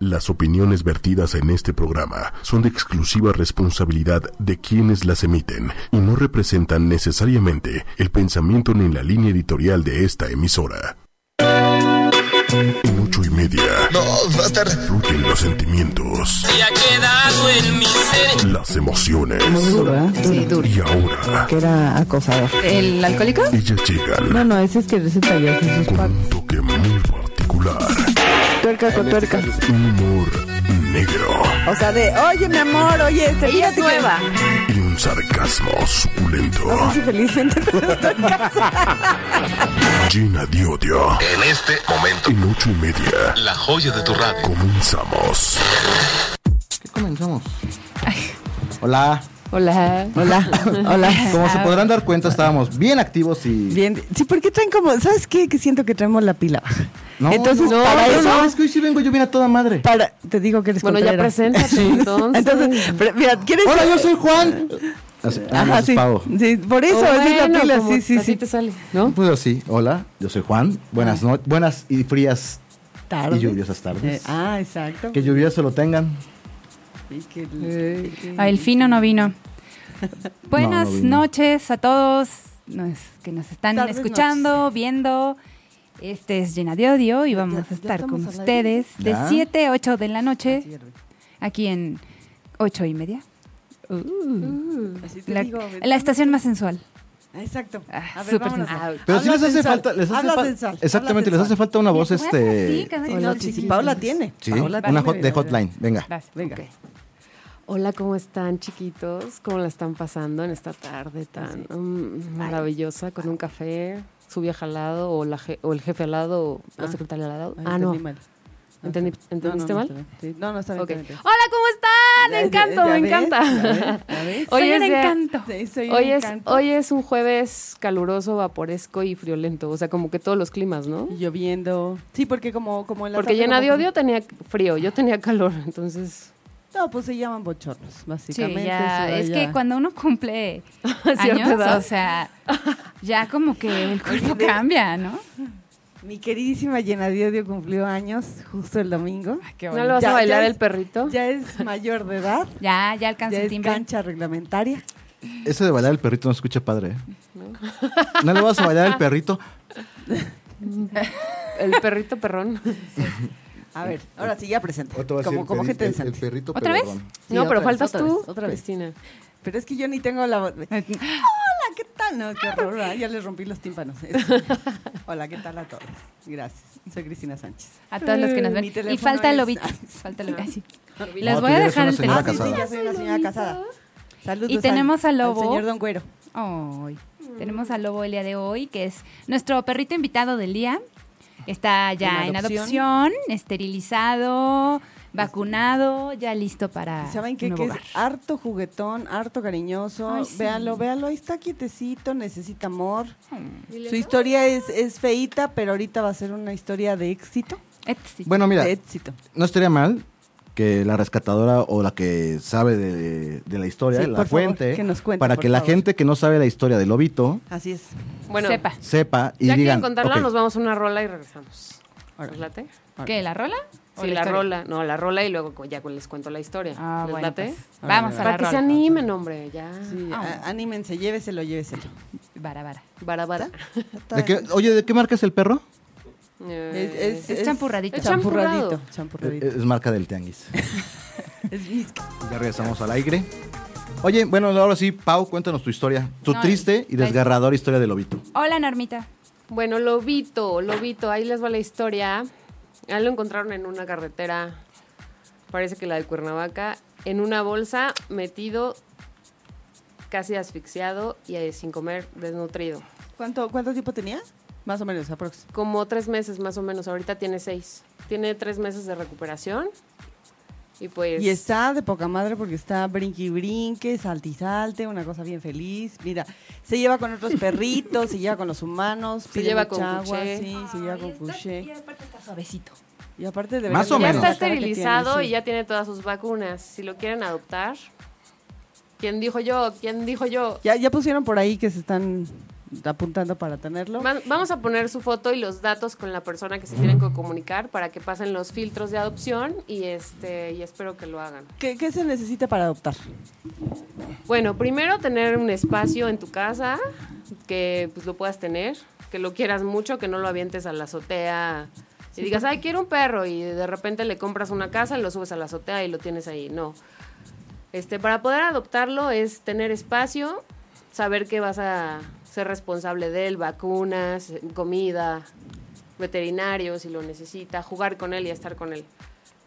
Las opiniones vertidas en este programa son de exclusiva responsabilidad de quienes las emiten y no representan necesariamente el pensamiento ni la línea editorial de esta emisora. En ocho y media. No, va a estar. Fluyen los sentimientos, Ya quedado en mi ser. las emociones. Muy duro, ¿verdad? Sí, duro. Y ahora, Que era acosador. ¿El alcohólico? ellas No, llegan no, ese es que se talló así sus con patas. un toque muy particular. Tuerca con tuerca. Un humor negro O sea, de, oye, mi amor, oye, este, Ella es fíjate que- nueva. y un sarcasmo suculento. No sé si felizmente, pero estoy casada. Gina Diodio. En este momento, En ocho y media la joya de tu radio. comenzamos. ¿Qué comenzamos? Hola. Hola. Hola, hola. Como se podrán dar cuenta, estábamos bien activos y. Bien, sí, porque traen como, ¿sabes qué? Que siento que traemos la pila baja. No, Entonces, no, para no, eso, no, es que hoy sí vengo yo bien a toda madre. para, te digo que eres Bueno, ya contrera. preséntate, entonces. Entonces, pre- mira, ¿quieres? Hola, yo soy Juan. Así, ah, no, Ajá, eso es sí, pavo. sí, por eso, O así es la bueno, pila, como sí, sí, así sí. te sale, ¿no? Pues así, hola, yo soy Juan. Buenas no- buenas y frías Tarde. y lluviosas tardes. Eh, ah, exacto. Que lluvias se lo tengan. Y que- Eh, Ah, A el fino no vino. Buenas No, no vino. noches a todos nos- que nos están Tardes, escuchando, viendo. Este es Llena de Odio y vamos ya a estar estamos con al aire. ustedes de Ya. 7 a 8 de la noche, aquí en 8 y media. Así te La, digo, la estación más sensual. Ah, Exacto. Ah, A ver, súper vámonos. sensual. Pero sí Habla les hace sensual, falta. Les hace habla fal- sensual, Exactamente, habla les hace sensual. falta una voz Bueno, sí, este. casi Sí, todos no, sí, chiquitos. sí, Paula tiene. Sí, Paola Ah, una tiene. hot- de hotline. Venga. Vas, Venga. ok. Hola, ¿cómo están, chiquitos? ¿Cómo la están pasando en esta tarde tan mm, maravillosa con un café? Su vieja al lado, o, la je- o el jefe al lado, o la Ah. secretaria al lado. Ay, Ah, no. entendí mal. Entendí- Ok. ¿entendiste no, no, mal? está bien. Sí, No, no, está bien. Ok. está bien, está bien. Hola, ¿cómo están? Me Ya- encanto, ya me ves, encanta. ya ves, Soy Hoy un es día- encanto. ya ves. Soy un Hoy es, encanto. hoy es un jueves caluroso, vaporesco y friolento. O sea, como que todos los climas, ¿no? Y lloviendo. Sí, porque como, como en la Porque tarde llena como de que- odio tenía frío, yo tenía calor, entonces. No, pues se llaman bochornos, básicamente. Sí, ya, se va es ya. que cuando uno cumple Cierta años, edad. o sea, ya como que el cuerpo cambia, ¿no? Mi queridísima Llena de Odio cumplió años justo el domingo. Ay, Ah, qué ¿No bonito. lo vas Ah, Ya- a ya bailar es- el perrito? Ya es mayor de edad, Ya, ya ya alcanza el es timbre. cancha reglamentaria. Ese de bailar el perrito no se escucha padre, ¿eh? No le vas a bailar el perrito. El perrito perrón. A ver, ahora sí, ya presente. O te va a decir Como, el como perri- gente el- decente. El perrito ¿Otra vez? pedorrón. Sí, no, otra pero vez, faltas otra tú, vez, otra vez. Cristina. Pero es que yo ni tengo la voz. Hola, ¿qué tal? No, qué horror, ¿verdad? Ya les rompí los tímpanos. Hola, ¿qué tal a todos? Gracias. Soy Cristina Sánchez. A todos los que nos Mi ven. teléfono Y falta el es- lobito. Falta el lobito. Ay, sí. No, Les voy tú a eres dejar una el señora teléfono. casada. Ah, ya soy una señora casada. Saludos. Y tenemos al lobo. señor Don Cuero. Ay, tenemos al lobo el día de hoy, que es nuestro perrito invitado del día. Está ya En en adopción. adopción, esterilizado, vacunado, ya listo para ¿Saben qué? nuevo Que es Ah, Ah. hogar. harto juguetón, harto cariñoso. Ay, sí. Véanlo, véanlo. Ahí está quietecito, necesita amor. Dile, Su historia es, es feíta, pero ahorita va a ser una historia de éxito. Etsy. Bueno, mira, de éxito. no estaría mal que la rescatadora o la que sabe de, de la historia Sí, la por favor, cuente, que nos cuente, para por que la favor. gente que no sabe la historia del lobito Así es. Bueno, Sepa. sepa y digan. ya quieren contarla, ok, nos vamos a una rola y regresamos. Órale. ¿Os late? ¿Qué? ¿La rola? o Sí, la historia? rola. No, la rola y luego co- ya les cuento la historia. Ah, ¿Les bueno, late? pues, vamos a Para la que se rola. animen, hombre, ya. Sí, Ah. a- anímense, lléveselo, lléveselo. Vara, vara. Bara, bara. ¿de qué- oye, ¿de qué marca es el perro? Eh, Es champurradito. Es champurradito. champurradito. Eh, Es, es marca del tianguis. Es misca. ya regresamos al aire. Oye, bueno, ahora sí, Pau, cuéntanos tu historia. Tu No, triste y la- desgarradora historia del lobito. Hola, Normita. Bueno, Lobito, Lobito, ahí les va la historia. Ya lo encontraron en una carretera, parece que la de Cuernavaca, en una bolsa, metido, casi asfixiado y eh, sin comer, desnutrido. eh. ¿Cuánto, ¿Cuánto tiempo tenía? Más o menos, aprox. Como tres meses más o menos, ahorita tiene seis. Tiene tres meses de recuperación y pues... Y está de poca madre porque está brinqui brinque, salti salte, una cosa bien feliz. Mira, se lleva con otros perritos, se lleva con los humanos, se lleva con Cuché. sí, se lleva con Y cuché. aparte está suavecito. Y aparte de Más o ya menos. está esterilizado y ya tiene todas sus vacunas. Si lo quieren adoptar, ¿quién dijo yo? ¿Quién dijo yo? ya ya pusieron por ahí que se están apuntando para tenerlo. Va- Vamos a poner su foto y los datos con la persona que se tienen que comunicar para que pasen los filtros de adopción y este y espero que lo hagan. ¿Qué, qué se necesita para adoptar? Bueno, primero tener un espacio en tu casa que pues lo puedas tener, que lo quieras mucho, que no lo avientes a la azotea y digas, ay, quiero un perro y de repente le compras una casa y lo subes a la azotea y lo tienes ahí. No. Este, para poder adoptarlo es tener espacio, saber que vas a ser responsable de él, vacunas, comida, veterinario si lo necesita, jugar con él y estar con él.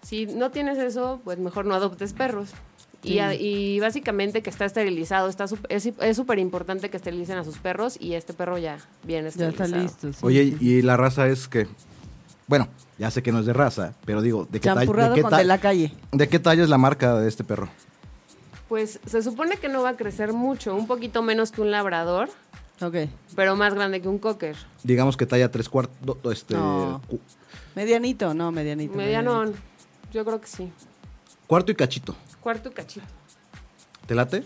Si no tienes eso, pues mejor no adoptes perros. Y, a- y básicamente que está esterilizado, está sup- es es súper importante que esterilicen a sus perros y este perro ya viene Ya está esterilizado. listo. sí. Oye, y la raza es que. Bueno, ya sé que no es de raza, pero digo, ¿de qué, talla- Champurrado de qué con ta- de la calle. de qué talla es la marca de este perro? Pues se supone que no va a crecer mucho, un poquito menos que un labrador, Ok. pero más grande que un cocker. Digamos que talla tres cuartos. Este, No. cu- Medianito, no, medianito. Medianón, yo creo que sí. cuarto y cachito. Cuarto y cachito. ¿Te late?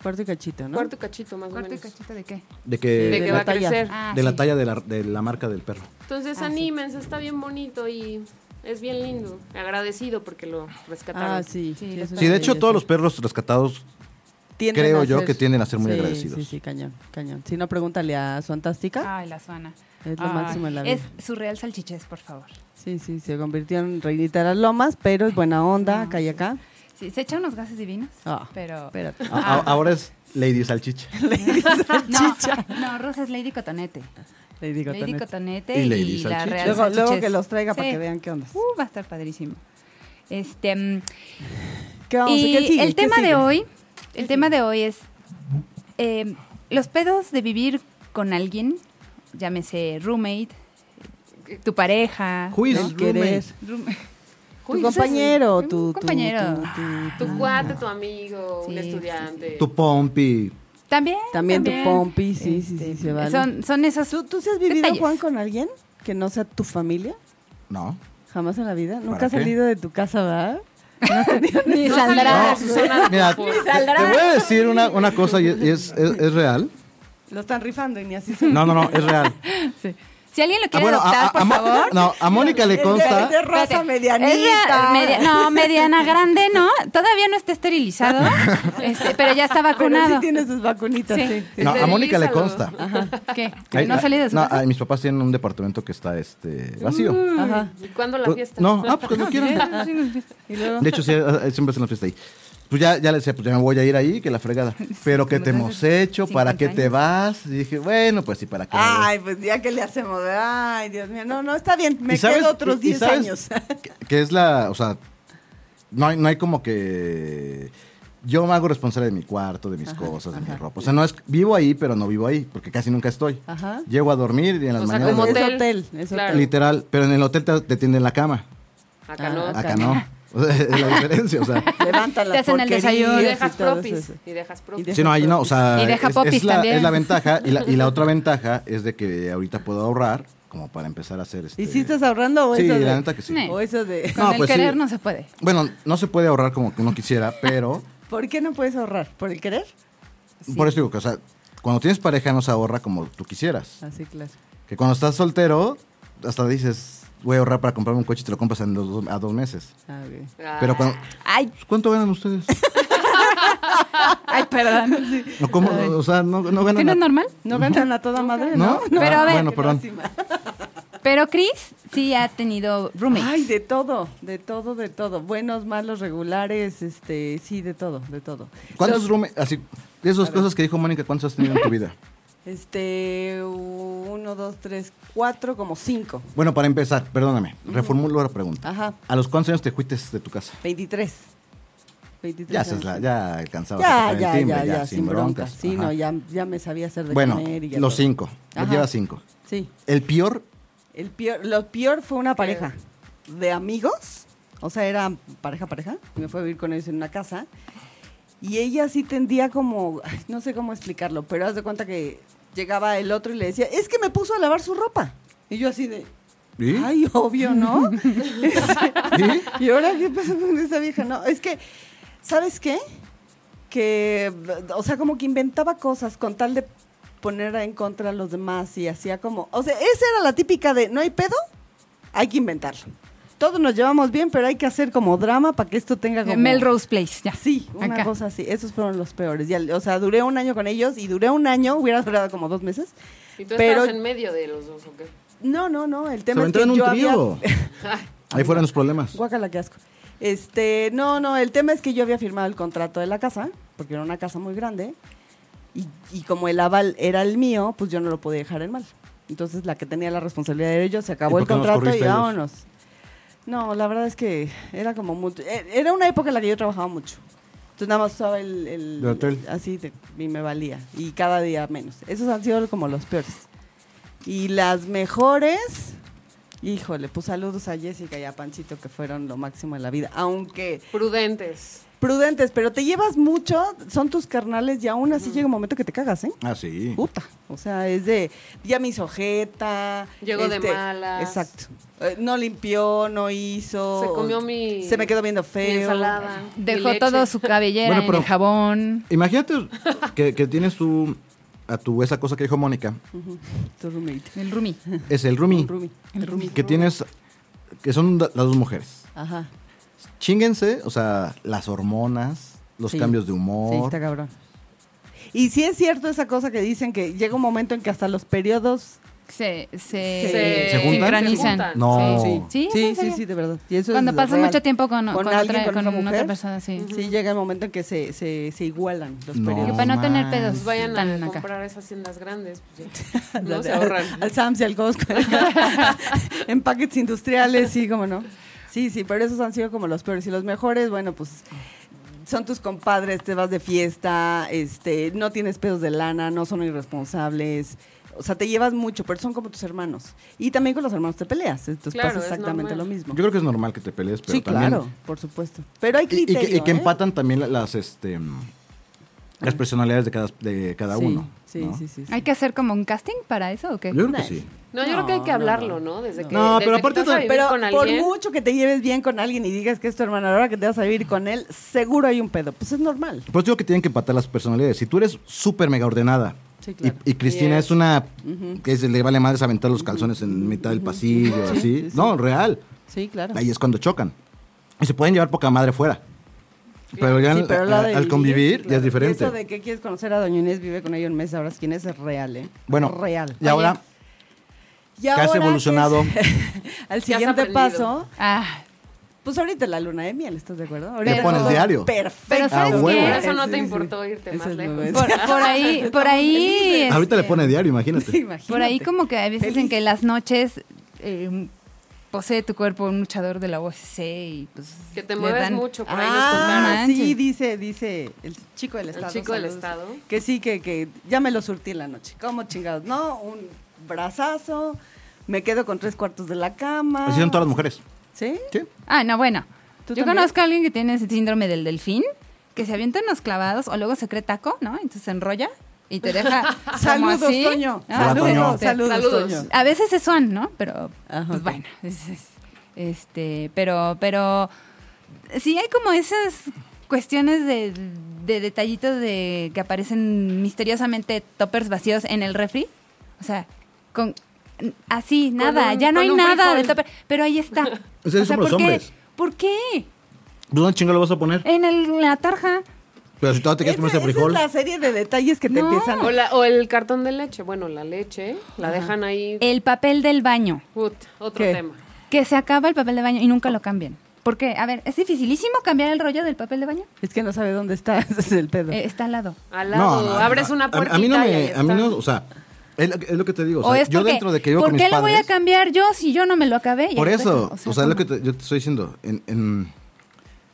Cuarto y cachito, ¿no? Eh, Cuarto y cachito, más o ¿Cuarto y menos. cachito de qué? De De, que. De que la va a talla. crecer. Ah, de la sí. talla de la, de la marca del perro. Entonces Ah, sí. anímense, está bien bonito y es bien lindo. Agradecido porque lo rescataron. Ah, sí. Sí, es una Sí, de hecho, belleza. todos los perros rescatados Tienden creo a yo ser- que tienden a ser muy Sí, agradecidos. Sí, sí, cañón, cañón. Si no, pregúntale a Suantástica. Ay, la suana. Es lo Ay, máximo en la vida. Es surreal salchiches, por favor. Sí, sí, se convirtió en reinita de las lomas, pero es buena onda, acá y acá. Sí, se echa unos gases divinos, Ah, pero... espérate. A- Ah. a- Ah, ahora es Lady Salchicha. No, no, Rosa es Lady Cotonete. Le digo Lady también. Cotonete Y y, Lady la Salchicha. Real Luego, luego Salchiches. que los traiga para Sí. que vean qué onda. Uh, va a estar padrísimo. Este, mm, ¿Qué vamos? y ¿Qué sigue? el ¿Qué tema sigue? de hoy, el tema de hoy es eh, los pedos de vivir con alguien, llámese roommate, tu pareja, Who is El roommate? querer. room- Tu Uy, compañero, sí. tu, Un tu- compañero. tu- tu- Tu cuate, tu amigo, un Sí, sí, estudiante. Tu Pompi. también, Este, También tu pompi, sí, sí, sí, se vale. Son, son esos. ¿Tú, ¿Tú sí has vivido, detalles. Juan, con alguien que no sea tu familia? No. Jamás en la vida. Nunca ¿Para has qué? salido de tu casa, ¿verdad? Ni No saldrá. salgas de tu zona de Mira, te, confort. te voy a decir una, una cosa y es, es- es real. Lo están rifando y ni así se No, no, no, es real. Si alguien lo Ah, quiere adoptar, por Mo- favor. no, a Mónica le consta. De raza Espérate. medianita. Es real, media- no, mediana grande, ¿no? Todavía no está esterilizado, este, pero ya está Pero sí vacunado. tiene sus vacunitas, Sí. sí. sí. No, a Mónica le Esterilízalo. consta. ¿Qué? ¿Que Ay, no ay, salí de su no, casa? ay, mis papás tienen un departamento que está este Mm, vacío. Ajá. ¿Y cuándo la fiesta? No, ah, pues cuando quieran. Y luego, De hecho, sí, ah, siempre hacen la fiesta ahí. Pues ya, ya le decía, pues ya me voy a ir ahí, que la fregada. Pero que te hemos hecho, para que te vas. Y dije, bueno, pues sí, para que. me voy. ay, pues ya que le hacemos, ay, Dios mío. No, no, está bien, me ¿Y sabes- quedo otros y- y 10 sabes años. que- Que es la, o sea, no hay, no hay como que yo me hago responsable de mi cuarto, de mis cosas, de mi ropa. O sea, no es vivo ahí, pero no vivo ahí, porque casi nunca estoy. Ajá. Llego a dormir y en las O sea, mañanas como voy- Es hotel. hotel, es Claro. hotel. literal, pero en el hotel te, te tienden la cama. Acá no. Ah, Acá no. O sea, es la diferencia, o sea. Levantan Te las hacen el desayuno, Y porquerías dejas y todo propis. eso. Y dejas propis. Y de- Sí, no, ahí no, o sea, Y deja es, popis es la, también. es la ventaja y la, y la otra ventaja es de que ahorita puedo ahorrar como para empezar a hacer este... ¿Y si estás ahorrando o Sí, eso de, la neta que sí. Ne. o eso de Con No, el pues sí. querer no se puede. Bueno, no se puede ahorrar como que uno quisiera, pero ¿Por qué no puedes ahorrar? ¿Por el querer? Por eso digo que, o sea, cuando tienes pareja no se ahorra como tú quisieras. Así, claro. Que cuando estás soltero, hasta dices, voy a ahorrar para comprarme un coche y te lo compras en dos- a dos meses. Ah, ok. Ah, Pero cuando, pues, Ay, ¿cuánto ganan ustedes? ay, perdón. No, ¿cómo? O sea, no, no ganan. ¿Que no es a- normal? No ganan a toda madre, ¿No? ¿no? Ah, Pero a ver. Bueno, perdón. Pero Chris sí ha tenido roommates. Ay, de todo, de todo, de todo. Buenos, malos, regulares, este, sí, de todo, de todo. ¿Cuántos roommates? Así, de esas cosas que dijo Mónica, ¿cuántos has tenido en tu vida? Este, uno, dos, tres, cuatro, como cinco. Bueno, para empezar, perdóname, reformulo la pregunta. Ajá. ¿A los cuántos años te fuiste de tu casa? Veintitrés. Veintitrés. Ya, haces la, ya alcanzabas a Ya, tocar el ya, timbre, ya, ya, sin bronca. Sí, Ajá. no, ya, ya me sabía hacer de Bueno, comer y ya los todo. cinco. Ajá. Lleva cinco. Sí. El peor El peor, lo peor fue una pareja de amigos, o sea, era pareja, pareja, y me fue a vivir con ellos en una casa, y ella sí tendía como, ay, no sé cómo explicarlo, pero haz de cuenta que llegaba el otro y le decía, es que me puso a lavar su ropa, y yo así de... ¿Y? Ay, obvio, ¿no? ¿Y? ¿Y ahora qué pasa con esa vieja? No, es que, ¿sabes qué? Que, o sea, como que inventaba cosas con tal de poner en contra a los demás y hacía como, o sea, esa era la típica de no hay pedo, hay que inventarlo. Todos nos llevamos bien, pero hay que hacer como drama para que esto tenga como Eh, Melrose Place, ya. Sí, una Acá. cosa así. Esos fueron los peores. Ya, o sea, duré un año con ellos y duré un año, hubiera durado como dos meses. Y tú Pero- estabas en medio de los dos, ¿ok? No, no, no. El Se tema es aventó que en un yo trío. había. Ahí fueron los problemas. Guácala, qué asco. Este, no, no, el tema es que yo había firmado el contrato de la casa, porque era una casa muy grande, y, y como el aval era el mío, pues yo no lo podía dejar en mal. Entonces la que tenía la responsabilidad de ellos se acabó ¿Y por el qué no los contrato y corriste a ellos? vámonos. No, la verdad es que era como mucho. e- Era una época en la que yo trabajaba mucho. Entonces nada más usaba el. el- ¿De hotel? Así, de- y me valía. Y cada día menos. Esos han sido como los peores. Y las mejores. Híjole, pues saludos a Jessica y a Panchito que fueron lo máximo en la vida. Aunque Prudentes. prudentes, pero te llevas mucho, son tus carnales y aún así llega un momento que te cagas, ¿eh? Ah, sí. Puta. O sea, es de. Ya me hizo jeta. este, Llegó de malas. Exacto. Eh, no limpió, no hizo. Se comió mi- Oh, Se me quedó viendo Mi feo. ensalada. mi Dejó leche. todo su cabellera Bueno, pero- en el jabón. Imagínate que, que tienes tu, a tu esa cosa que dijo Mónica, Tu roommate. El Rumi. es el roomie, Un roomie. que tienes, que son da- las dos mujeres. Ajá. Chínguense, o sea, las hormonas, los Sí. cambios de Sí, humor. está cabrón. Y sí es cierto esa cosa que dicen que llega un momento en que hasta los periodos. Se, se, Se- ¿Se juntan? sincronizan. Se juntan. No. Sí, sí, eso sí, es sí, serio. sí, de verdad. Y eso Cuando es pasas real. mucho tiempo con, con alguien, otra, con otra mujer, otra persona, sí. Sí, llega el momento en que se, se, se igualan los No. Que periodos. para no tener manches. pedos Pues vayan tan a acá. comprar esas tiendas grandes. pues, ya. no se Al ahorran. Sams y al Costco. en paquetes industriales, sí, cómo no. Sí, sí, pero esos han sido como los peores. Y los mejores, bueno, pues son tus compadres, te vas de fiesta, este, no tienes pedos de lana, no son irresponsables. O sea, te llevas mucho, pero son como tus hermanos. Y también con los hermanos te peleas. Entonces Claro, pasa es exactamente normal. lo mismo. Yo creo que es normal que te pelees, pero sí, también... claro, por supuesto. Pero hay Y, y que- criterio, y que, ¿eh? empatan también la- las, este, mm, las personalidades de cada, de cada Sí, uno. Sí, ¿no? sí, sí, sí. ¿Hay que hacer como un casting para eso o qué? Yo creo Nah. que sí. No, yo creo que hay que No, hablarlo, ¿no? Desde que. No, desde pero que aparte te vas a tú- vivir Pero con por alguien, mucho que te lleves bien con alguien y digas que es tu hermana, ahora que te vas a vivir con él, seguro hay un pedo. Pues es normal. Por eso digo que tienen que empatar las personalidades. Si tú eres súper mega ordenada Sí, claro. y, y Cristina Yes. es una que se le vale madres aventar los calzones en mitad del pasillo, así. No, real. Sí, claro. Ahí es cuando chocan. Y se pueden llevar poca madre fuera. Pero ya Sí, al- pero la al, de al vivir, convivir sí, ya claro. es diferente. Eso de que quieres conocer a Doña Inés, vive con ella un mes, sabrás quién es, es real, ¿eh? Bueno, real. y ahora Y has ahora que es- evolucionado. al ¿Qué has siguiente aprendido? paso, Ah, pues ahorita la luna de miel, ¿estás de acuerdo? Ahorita Te pones todo diario. Pero Perfecto. ¿sabes Ah, huevo. qué? Por eso no Sí, te sí, importó sí. irte Eso más es lo lejos. de- por, por ahí, por ahí. ahorita le este, pone diario, imagínate. Imagínate. Por ahí como que hay veces en Feliz. que las noches eh, posee tu cuerpo un luchador de la UFC y pues... Que te le mueves dan- mucho por ahí nos contaron. Ah, contaron. sí, dice, dice el chico del estado. chico del estado. Que sí, que, que ya me lo surtí en la noche. ¿Cómo chingados? No, un brazazo, me quedo con tres cuartos de la cama. Así son todas las mujeres. ¿Sí? ¿Sí? Ah, no, bueno. ¿Tú Yo también? conozco a alguien que tiene ese síndrome del delfín, que se avienta unos clavados o luego se cree taco, ¿no? Entonces se enrolla y te deja como Saludos, así. Toño. Ah, Hola, saludos, Toño. este, saludos, Saludos. Toño. A veces es son, ¿no? Pero Ajá, pues, ok. bueno, es- es- este, pero, pero sí hay como esas cuestiones de, de detallitos de que aparecen misteriosamente toppers vacíos en el refri. O sea, con así, nada, un- ya no con hay un nada frijol. de topper, pero ahí está. O sea, somos los ¿por qué? hombres. ¿Por qué? ¿Dónde chingo lo vas a poner? En el- la tarja. Pero si todavía te quieres comer Esa- ese frijol. Esa es la serie de detalles que te No. empiezan. O, la- o el cartón de leche. Bueno, la leche la dejan ahí. El papel del baño. Ut, otro Eh. ¿Qué? tema. Que se acaba el papel de baño y nunca lo cambian. Porque, a ver, es dificilísimo cambiar el rollo del papel de baño. Es que no sabe dónde está, ese es el pedo. Eh, está al lado. Al No, lado, no, no, abres no. una A- puerta. A mí no me. A mí no, o sea, es lo, que- es lo que te digo. O sea, o es yo porque, dentro de que vivo ¿por con qué mis lo voy a padres. cambiar yo si yo no me lo acabé? Y Por ahí lo eso, dejo. o sea, es lo que ¿cómo? te- yo te estoy diciendo. En, en-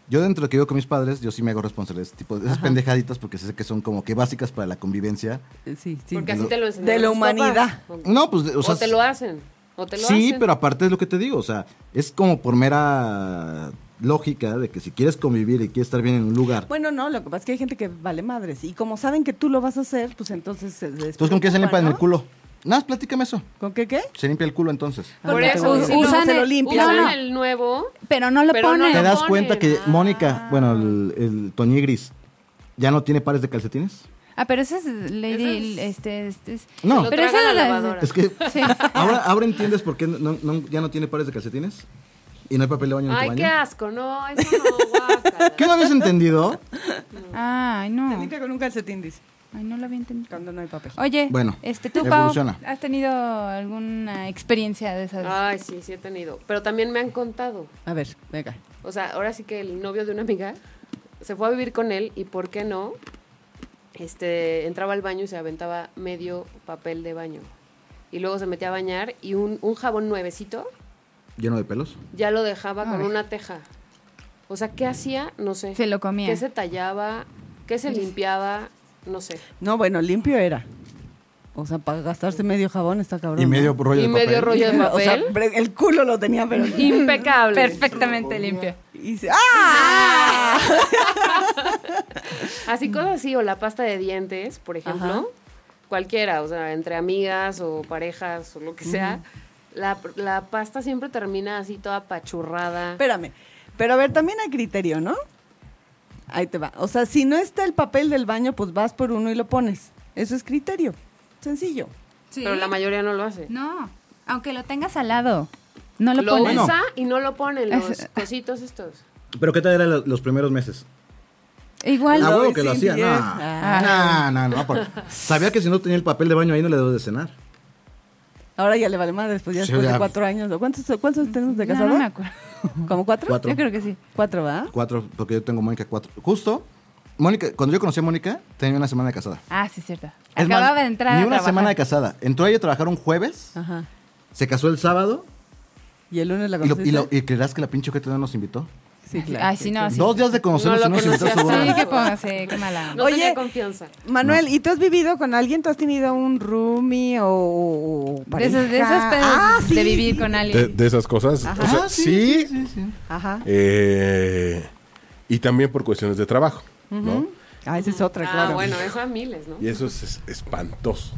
yo dentro de que vivo con mis padres, yo sí me hago responsable de ese tipo de esas pendejaditas porque sé que son como que básicas para la convivencia. Eh, Sí, sí. Porque así te lo enseñaron De la tus humanidad. papás. No, pues, de- o O, sea, te lo hacen. O te lo sí, hacen. pero aparte es lo que te digo, o sea, es como por mera lógica de que si quieres convivir y quieres estar bien en un lugar, Bueno, no, lo que pasa es que hay gente que vale madres. Y como saben que tú lo vas a hacer, pues entonces. se entonces ¿con qué se despreocupan, limpian ¿no? el culo? Nada, platícame eso. ¿Con qué qué? Se limpia el culo entonces. Ah, Por no te eso, voy a si decir. no Usan se lo el- limpian. no, no. el nuevo. Pero no lo Pero no ponen. ¿Te lo- das ponen. cuenta que Ah. Mónica, bueno, el, el Toñigris, ya no tiene pares de calcetines? Ah, pero esa es Lady. Esa es- Este, este es- No, Lo pero traga esa la es lavadora. es que Sí. ahora, ahora entiendes por qué no- no- ya no tiene pares de calcetines y no hay papel de baño en tu Ay, qué baño. asco, no, eso no, guácala. ¿Qué no habías entendido? Ay, Se no. limpia con un calcetín, dice, Ay, no lo había entendido. cuando no hay papel. Oye, Bueno, este, tú, Pau, evoluciona. ¿has tenido alguna experiencia de esas? Ay, sí, sí he tenido. Pero también me han contado. A ver, venga. O sea, ahora sí que el novio de una amiga se fue a vivir con él y por qué no, este, entraba al baño y se aventaba medio papel de baño. Y luego se metía a bañar y un, un jabón nuevecito Lleno de pelos. ya lo dejaba con Ay. una teja. O sea, ¿qué hacía? No sé. Se lo comía. Pues ¿Qué se tallaba? ¿Qué se limpiaba? No sé. No, bueno, limpio era. O sea, para gastarse medio jabón está cabrón. Y ¿no? medio rollo y de papel. medio rollo de O sea, papel. bre- el culo lo tenía, pero... Impecable. Perfectamente limpia. Y se- ¡Ah! Mm. Así cosas así, o la pasta de dientes, por ejemplo. Ajá. Cualquiera, o sea, entre amigas o parejas o lo que sea. la, la pasta siempre termina así toda pachurrada. Espérame. Pero a ver, también hay criterio, ¿no? Ahí te va. O sea, si no está el papel del baño, pues vas por uno y lo pones. Eso es criterio. Sencillo. Pero la mayoría no lo hace. No, aunque lo tengas al lado, no lo, Lo, pones. usa y no lo ponen los Es- cositos estos. Pero ¿qué tal eran lo- los primeros meses? Ah, Igual. A Love huevo is que lo in hacía. the No, air. Ah. no, no, no. por- Sabía que si no tenía el papel de baño ahí no le debo de cenar. Ahora ya le vale más después, ya Sí, después ya. de cuatro años. ¿O ¿Cuántos, cuántos tenemos de No, casado? no me acuerdo. ¿Como cuatro? Cuatro. Yo creo que sí. Cuatro, ¿va? Cuatro, porque yo tengo Mónica cuatro. Justo, Mónica, cuando yo conocí a Mónica, tenía una semana de casada. Ah, sí, cierto. Es más, Acababa de entrar. Ni a una trabajar. semana de casada. Entró ella a trabajar un jueves, Ajá. se casó el sábado ¿Y el lunes la y, lo, conociste? y, lo- y creerás que la pinche que no nos invitó. Sí, claro. Ay, Ah, sí, no, sí. Dos días de conocernos No y lo nos invitó a su conocías. Sí, boda. que póngase, qué mala. No Oye. tenía confianza. Ah, Manuel, ¿y tú has vivido con alguien? ¿Tú has tenido un roomie o- o o De pareja? esos, de esos pedos Ah, sí, de vivir sí. con De, alguien. de esas cosas. Ajá. O sea, Ah, sí. sí, sí. Ajá. eh, y también por cuestiones de trabajo, ¿no? Ah, esa es otra, Ah, claro. bueno, eso a miles, ¿no? Y eso es, es- espantoso.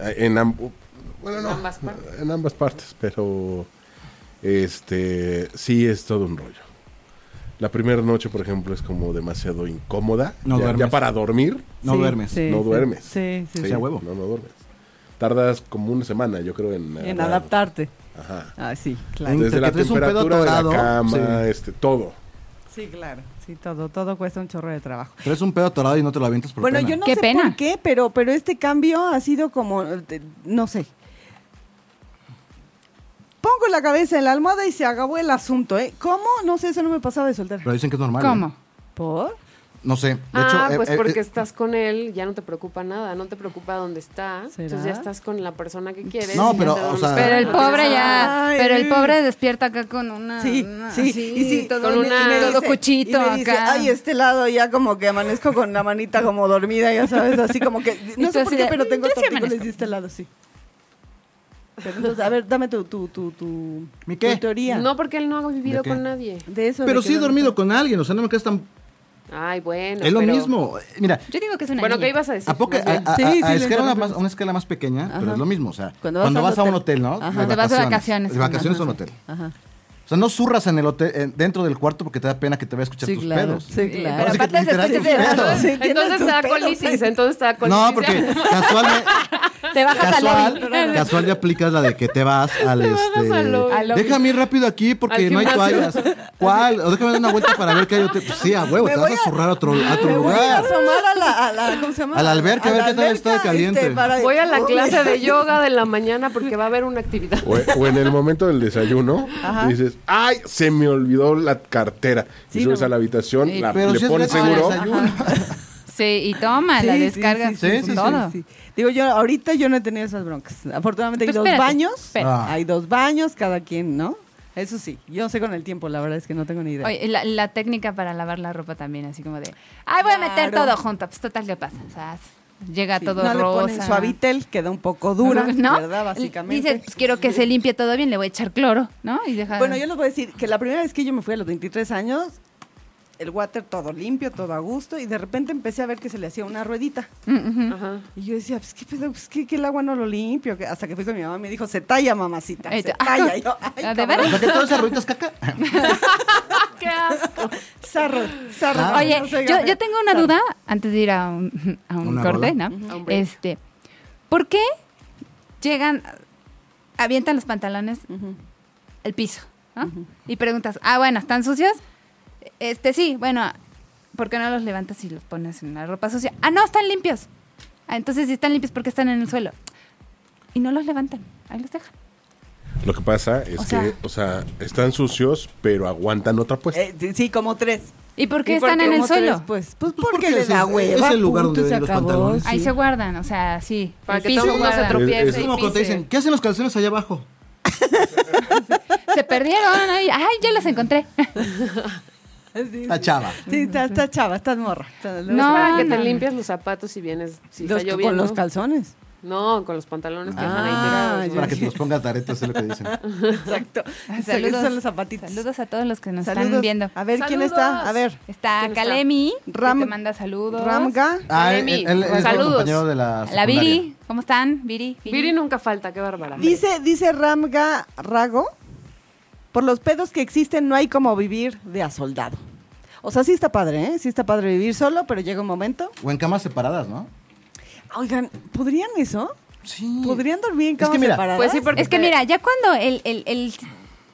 Eh, En, amb- bueno, no, En ambas partes. en ambas partes, pero este sí es todo un rollo. La primera noche, por ejemplo, es como demasiado incómoda. No ya, ya duermes. para dormir, No Sí, duermes. sí, no sí. duermes. Sí, sí, Sí, sí. a huevo. No, no duermes. Tardas como una semana, yo creo, en, En adaptarte. Ajá. Ah, sí, claro. En- Entre Desde la que traes un pedo temperatura de la atorado, cama, sí. este, todo. Sí, claro. Sí, todo, todo cuesta un chorro de trabajo. Pero es un pedo atorado y no te lo avientas por Bueno, pena. yo no Qué sé pena. por qué, pero, pero este cambio ha sido como, te- no sé. Pongo la cabeza en la almohada y se acabó el asunto, ¿eh? ¿Cómo? No sé, eso no me pasaba de soltera. Pero dicen que es normal. ¿eh? ¿Cómo? ¿Por? No sé. De ah, hecho, eh, pues eh, porque eh, estás con él, ya no te preocupa nada, no te preocupa dónde está. ¿Será? Entonces ya estás con la persona que quieres. No, y ya pero, te o duermes sea- con Pero el la persona. pobre ya, Ah. Ay. pero el pobre despierta acá con una, Sí, una- sí, Ah, así, y sí, todo, con y una- me todo dice- y cochito me dice, acá. ay, este lado ya como que amanezco con la manita como dormida, ya sabes, así como que, tú no sé así por qué, de, pero "Mm, tengo yo sí tortícolis amanezco". de este lado, sí. Pero entonces, a ver, dame tu, tu, tu, tu, ¿Mi qué? tu teoría. No, porque él no ha ¿De vivido qué? con nadie. de eso. Pero de sí he que- dormido con alguien, o sea, no me creas tan... Ay, bueno. es lo pero- mismo. Eh, Mira, Yo digo que es una Bueno, niña. ¿qué ibas a decir? ¿A poco? Ah, A, a- Más bien. Sí, a- sí, lo a escala una, interrumpes. más- una escala más pequeña, pero Ajá. es lo mismo. O sea, Cuando cuando vas vas, al a un hotel. hotel, ¿no? Ajá. Cuando vas de vacaciones. De vacaciones a un Ajá. hotel. Ajá. O sea, no zurras en el hotel, en- dentro del cuarto porque te da pena que te vaya a escuchar Sí, tus claro. pedos. Sí, Sí, claro. Pero Así que aparte literal, después tus te- pedos. Sí, tienes este Entonces tus te da pelos, colitis, ahí. entonces te da colitis. No, porque casualmente... Te bajas al Casual, lobby. casual ya aplicas la de que te vas al este. al lobby. Al lobby. Déjame ir rápido aquí porque Al no hay gimnasio. toallas. ¿Cuál? O déjame dar una vuelta para ver qué hay otro. Pues sí, a huevo, Me te vas voy a a- zurrar a otro, a otro Me voy a lugar. asomar a la, a la- ¿cómo se llama? A la alberca, a ver qué tal está alberca, de este, caliente. para- Oh. Voy a la Uy. clase de yoga de la mañana porque va a haber una actividad. O, o en el momento del desayuno, dices, ay, se me olvidó la cartera. Sí, y subes no. a la habitación, Sí, la- Eh, Pero le si es pones gratis el seguro. desayuno. Sí, y toma, la Sí, sí, descargas sí, sí, con sí, sí, todo. Sí. Digo, yo ahorita yo no he tenido esas broncas. Afortunadamente hay Pero dos Pues espérate, baños. espérate. Ah. Hay dos baños, cada quien, ¿no? Eso sí. Yo sé con el tiempo, la verdad es que no tengo ni idea. Oye, la, la técnica para lavar la ropa también, así como de, ay, voy a meter Claro. todo junto, pues total, ¿qué pasa? O sea, llega Sí, todo no le rosa. ponen suavitel, queda un poco dura, ¿no? ¿verdad? Básicamente. Dice, pues, quiero que se limpie todo bien, le voy a echar cloro, ¿no? Y deja... Bueno, yo les voy a decir que la primera vez que yo me fui a los 23 años, el water todo limpio, todo a gusto, y de repente empecé a ver que se le hacía una ruedita. Mm, ujú. Ajá. Y yo decía, pues qué pedo, pues que, que el agua no lo limpio. que- Hasta que fui con mi mamá y me dijo, se talla, mamacita. Ahí Se te- ah, talla. Y yo, ¿de "Ay, cabrón". veras? O sea, que todas esas ruitas caca. ¡Qué asco! Zarro, zarro. Ah. Oye, No sé, yo, gafe. yo tengo una duda antes de ir a un, a un Una corte, rola. ¿no? A un break. Este, ¿por qué llegan, avientan los pantalones al piso, ¿no? Y preguntas, ah, bueno, ¿están sucios? Este, sí, bueno, ¿por qué no los levantas y los pones en la ropa sucia? Ah, no, están limpios. Ah, entonces, si están limpios, ¿por qué están en el suelo? Y no los levantan, ahí los dejan. Lo que pasa es O que, sea- o sea, están sucios, pero aguantan otra puesta. Eh, sí, como tres. ¿Y por qué ¿Y están en como el suelo? tres? Pues, pues, Pues porque porque les es- da es hueva. el lugar punto, donde se ven los acabó, pantalones. Ahí sí. se guardan, o sea, sí. Para el que piso todo el mundo se guarda. tropiece. Es- Es Sí, como y cuando te pise. dicen, ¿qué hacen los calzones allá abajo? Se perdieron, ay, ay, ya los encontré. Sí, La sí. chava. Sí, estás estás chava, estás morra. Estás- No, para que te no. limpias los zapatos si vienes, si Los- está con lloviendo. los calzones. no, con los pantalones que dejan ahí Ah, tirados. ya. Para que te los pongas taretas, es lo que dicen. Exacto. Saludos son los zapatitos. Saludos a todos los que nos Saludos. están viendo. A ver, ¿quién Saludos. está? A ver. Está ¿Quién está? Kalemi, Ram- que te manda saludos. Ramga. Ah, él, Jeremy, él- él es el saludos. compañero de la La secundaria. Viri, ¿cómo están? Viri. Viri nunca falta, qué bárbara. Dice, dice Ramga Rago, por los pedos que existen no hay como vivir de a soldado. O sea, sí está padre, ¿eh? Sí está padre vivir solo, pero llega un momento. O en camas separadas, ¿no? Oigan, ¿podrían eso? Sí. ¿Podrían dormir en Es que camas mira, separadas? Pues sí, porque Es que te- mira, ya cuando el, el- el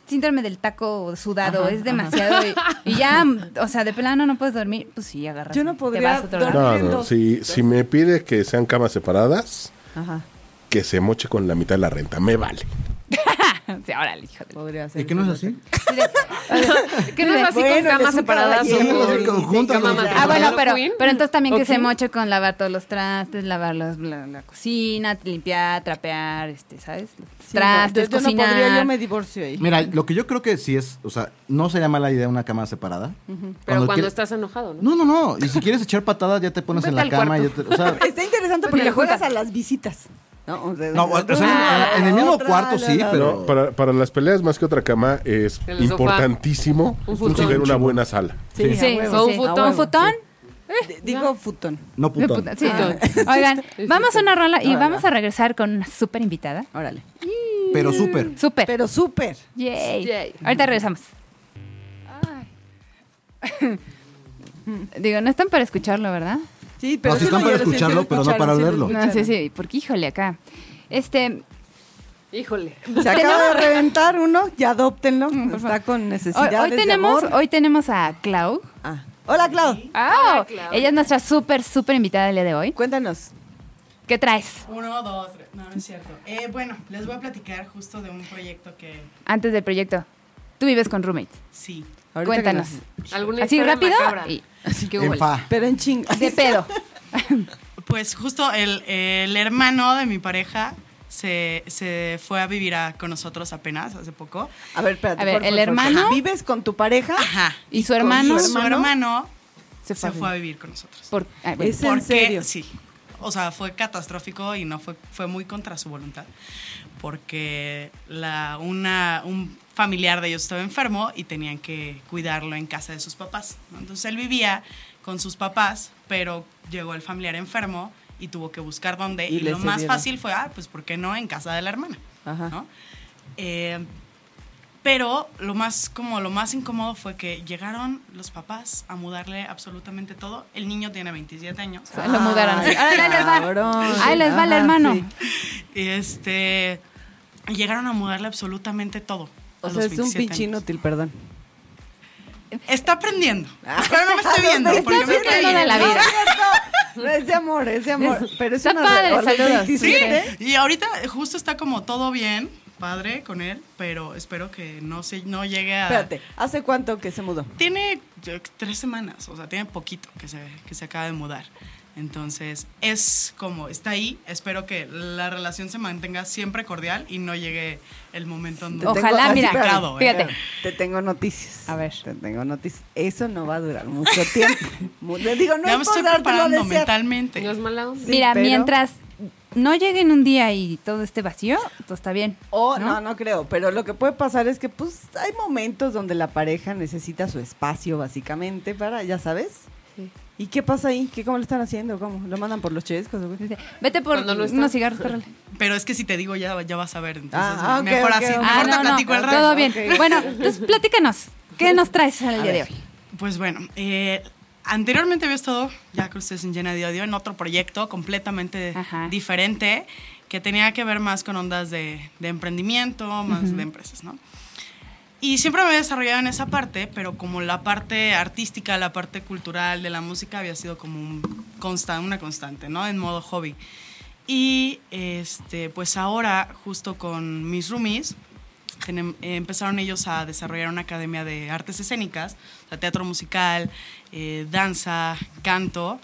síndrome del taco sudado es demasiado y, y ya, o sea, de plano no puedes dormir, pues sí, agarras. Yo no te podría vas a otro lado. dormir. No, Abriendo. no, si, si me pide que sean camas separadas, Ajá, que se moche con la mitad de la renta, me vale. Sí, órale, hijo de- podría ser. ¿Y qué no es así? que no es así Bueno, con camas les un separadas o caballero, con- sí, conjuntas, cama o sea. matrimonial. Ah, bueno, pero, Queen. pero entonces también que Ok. se moche con lavar todos los trastes, lavar los- la, la cocina, limpiar, trapear, este, ¿sabes? Sí, no, Trastes, yo, yo no cocinar. podría, yo me divorcio ahí. Mira, lo que yo creo que sí es, o sea, no sería mala idea una cama separada. Pero cuando, quiere- estás enojado, ¿no? No, no, no. Y si quieres echar patadas, ya te pones en Vete la al cama. Y ya cuarto. te, o sea, Está interesante Porque porque le juegas a juntas. las visitas. No, o sea, No, o- o sea, una, en el mismo otra, cuarto la, sí, la, la. pero- No, para, para las peleas más que otra cama es El sofá. importantísimo Un futón. tener una buena sala. Sí, Sí, sí, a huevo. o un sí. futón. Un futón. D- Digo futón. no puto. Sí. Oigan, vamos a una rola y vamos a regresar con una súper invitada. Órale. Pero súper. Súper. Pero súper. Yay. Yay. Ahorita regresamos. Digo, no están para escucharlo, ¿verdad? Sí, No, sí sí están lo- para sí lo escucharlo, pero no escucharon, para sí lo verlo. escucharon. No sé si, porque híjole acá. Este, Híjole. Se acaba de reventar uno y adóptenlo. Está con hoy, necesidad hoy tenemos, de amor. hoy tenemos a Clau. Ah. Hola, Clau. Ah, Clau. Ella es nuestra súper, súper invitada del día de hoy. Cuéntanos. ¿Qué traes? Uno, dos, tres. No, no es cierto. Eh, bueno, les voy a platicar justo de un proyecto que Antes del proyecto. Tú vives con roommates. sí. Ahorita Cuéntanos. que nos- ¿Alguna Así historia rápido. macabra? y- ¿Qué En hubo? fa. Pero en ching. De pedo. Pues justo el, el hermano de mi pareja se, se fue a vivir a- con nosotros apenas, hace poco. A ver, espérate. A ver, por- el por- por- hermano- ¿Vives con tu pareja? Ajá. ¿Y su Con hermano? Su hermano Se se fue a fue, vivir. a vivir con nosotros. Por- ah, bueno. Es- en serio? Sí. O sea, fue catastrófico y no fue, fue muy contra su voluntad. Porque la, una, un familiar de ellos estaba enfermo y tenían que cuidarlo en casa de sus papás. ¿no? Entonces él vivía con sus papás, pero llegó el familiar enfermo y tuvo que buscar dónde. Y Y, le lo más cedieron. fácil fue, ah, pues ¿por qué no en casa de la hermana? Ajá. ¿no? Eh, pero lo más como lo más incómodo fue que llegaron los papás a mudarle absolutamente todo. El niño tiene 27 años. O sea, lo mudaron. así. Órale, ahí les va. cabrón. Ahí les va el Ajá, hermano. sí. Y este llegaron a mudarle absolutamente todo. a O sea, los es un 27 pinche años. inútil, perdón. Está aprendiendo. Ah, Pero no me estoy viendo. ¿Dónde porque estás me estás viendo caí. de la Ah. No, vida? no, no, es de amor, es de amor. pero es está una padre, a los saludos. 27, Y ahorita justo está como todo bien, padre, con él, pero espero que no se no llegue a Espérate, ¿hace cuánto que se mudó? Tiene yo, tres semanas, o sea, tiene poquito que se, que se acaba de mudar. Entonces, es como, está ahí. Espero que la relación se mantenga siempre cordial y no llegue el momento en Te ah, donde- Ojalá, así, mira, complicado, ¿eh? fíjate. Te tengo noticias. A ver. Te tengo noticias. Eso no va a durar mucho tiempo. Mu- Le digo, no ya me es estoy por dártelo a preparando desear. mentalmente. No es mala onda. Sí, Mira, pero- mientras no lleguen un día y todo esté vacío, todo está bien. O Oh, ¿no? no, creo. Pero lo que puede pasar es que, pues, hay momentos donde la pareja necesita su espacio, básicamente, para, ya sabes. Sí. ¿Y qué pasa ahí? ¿Qué, ¿Cómo lo están haciendo? ¿Cómo? ¿Lo mandan por los chescos? o qué? Dice, Vete por Cuando no está. unos cigarros, párale. Pero es que si te digo, ya, ya vas a ver. Entonces, Ah, ok, mejor ok, así. ok. Mejor Ah, te no, no, platico el rato. todo bien. Ok. Bueno, entonces platícanos, ¿qué nos traes el día de hoy? pues bueno, eh, anteriormente había estado, ya que ustedes en Llena de Odio, en otro proyecto completamente Ajá. diferente que tenía que ver más con ondas de, de emprendimiento, más de empresas, ¿no? Y siempre me había desarrollado en esa parte, pero como la parte artística, la parte cultural de la música había sido como un consta- una constante, ¿no? En modo hobby. Y este, pues ahora, justo con mis roomies, tenem- eh, empezaron ellos a desarrollar una academia de artes escénicas, o sea, teatro musical, eh, danza, canto.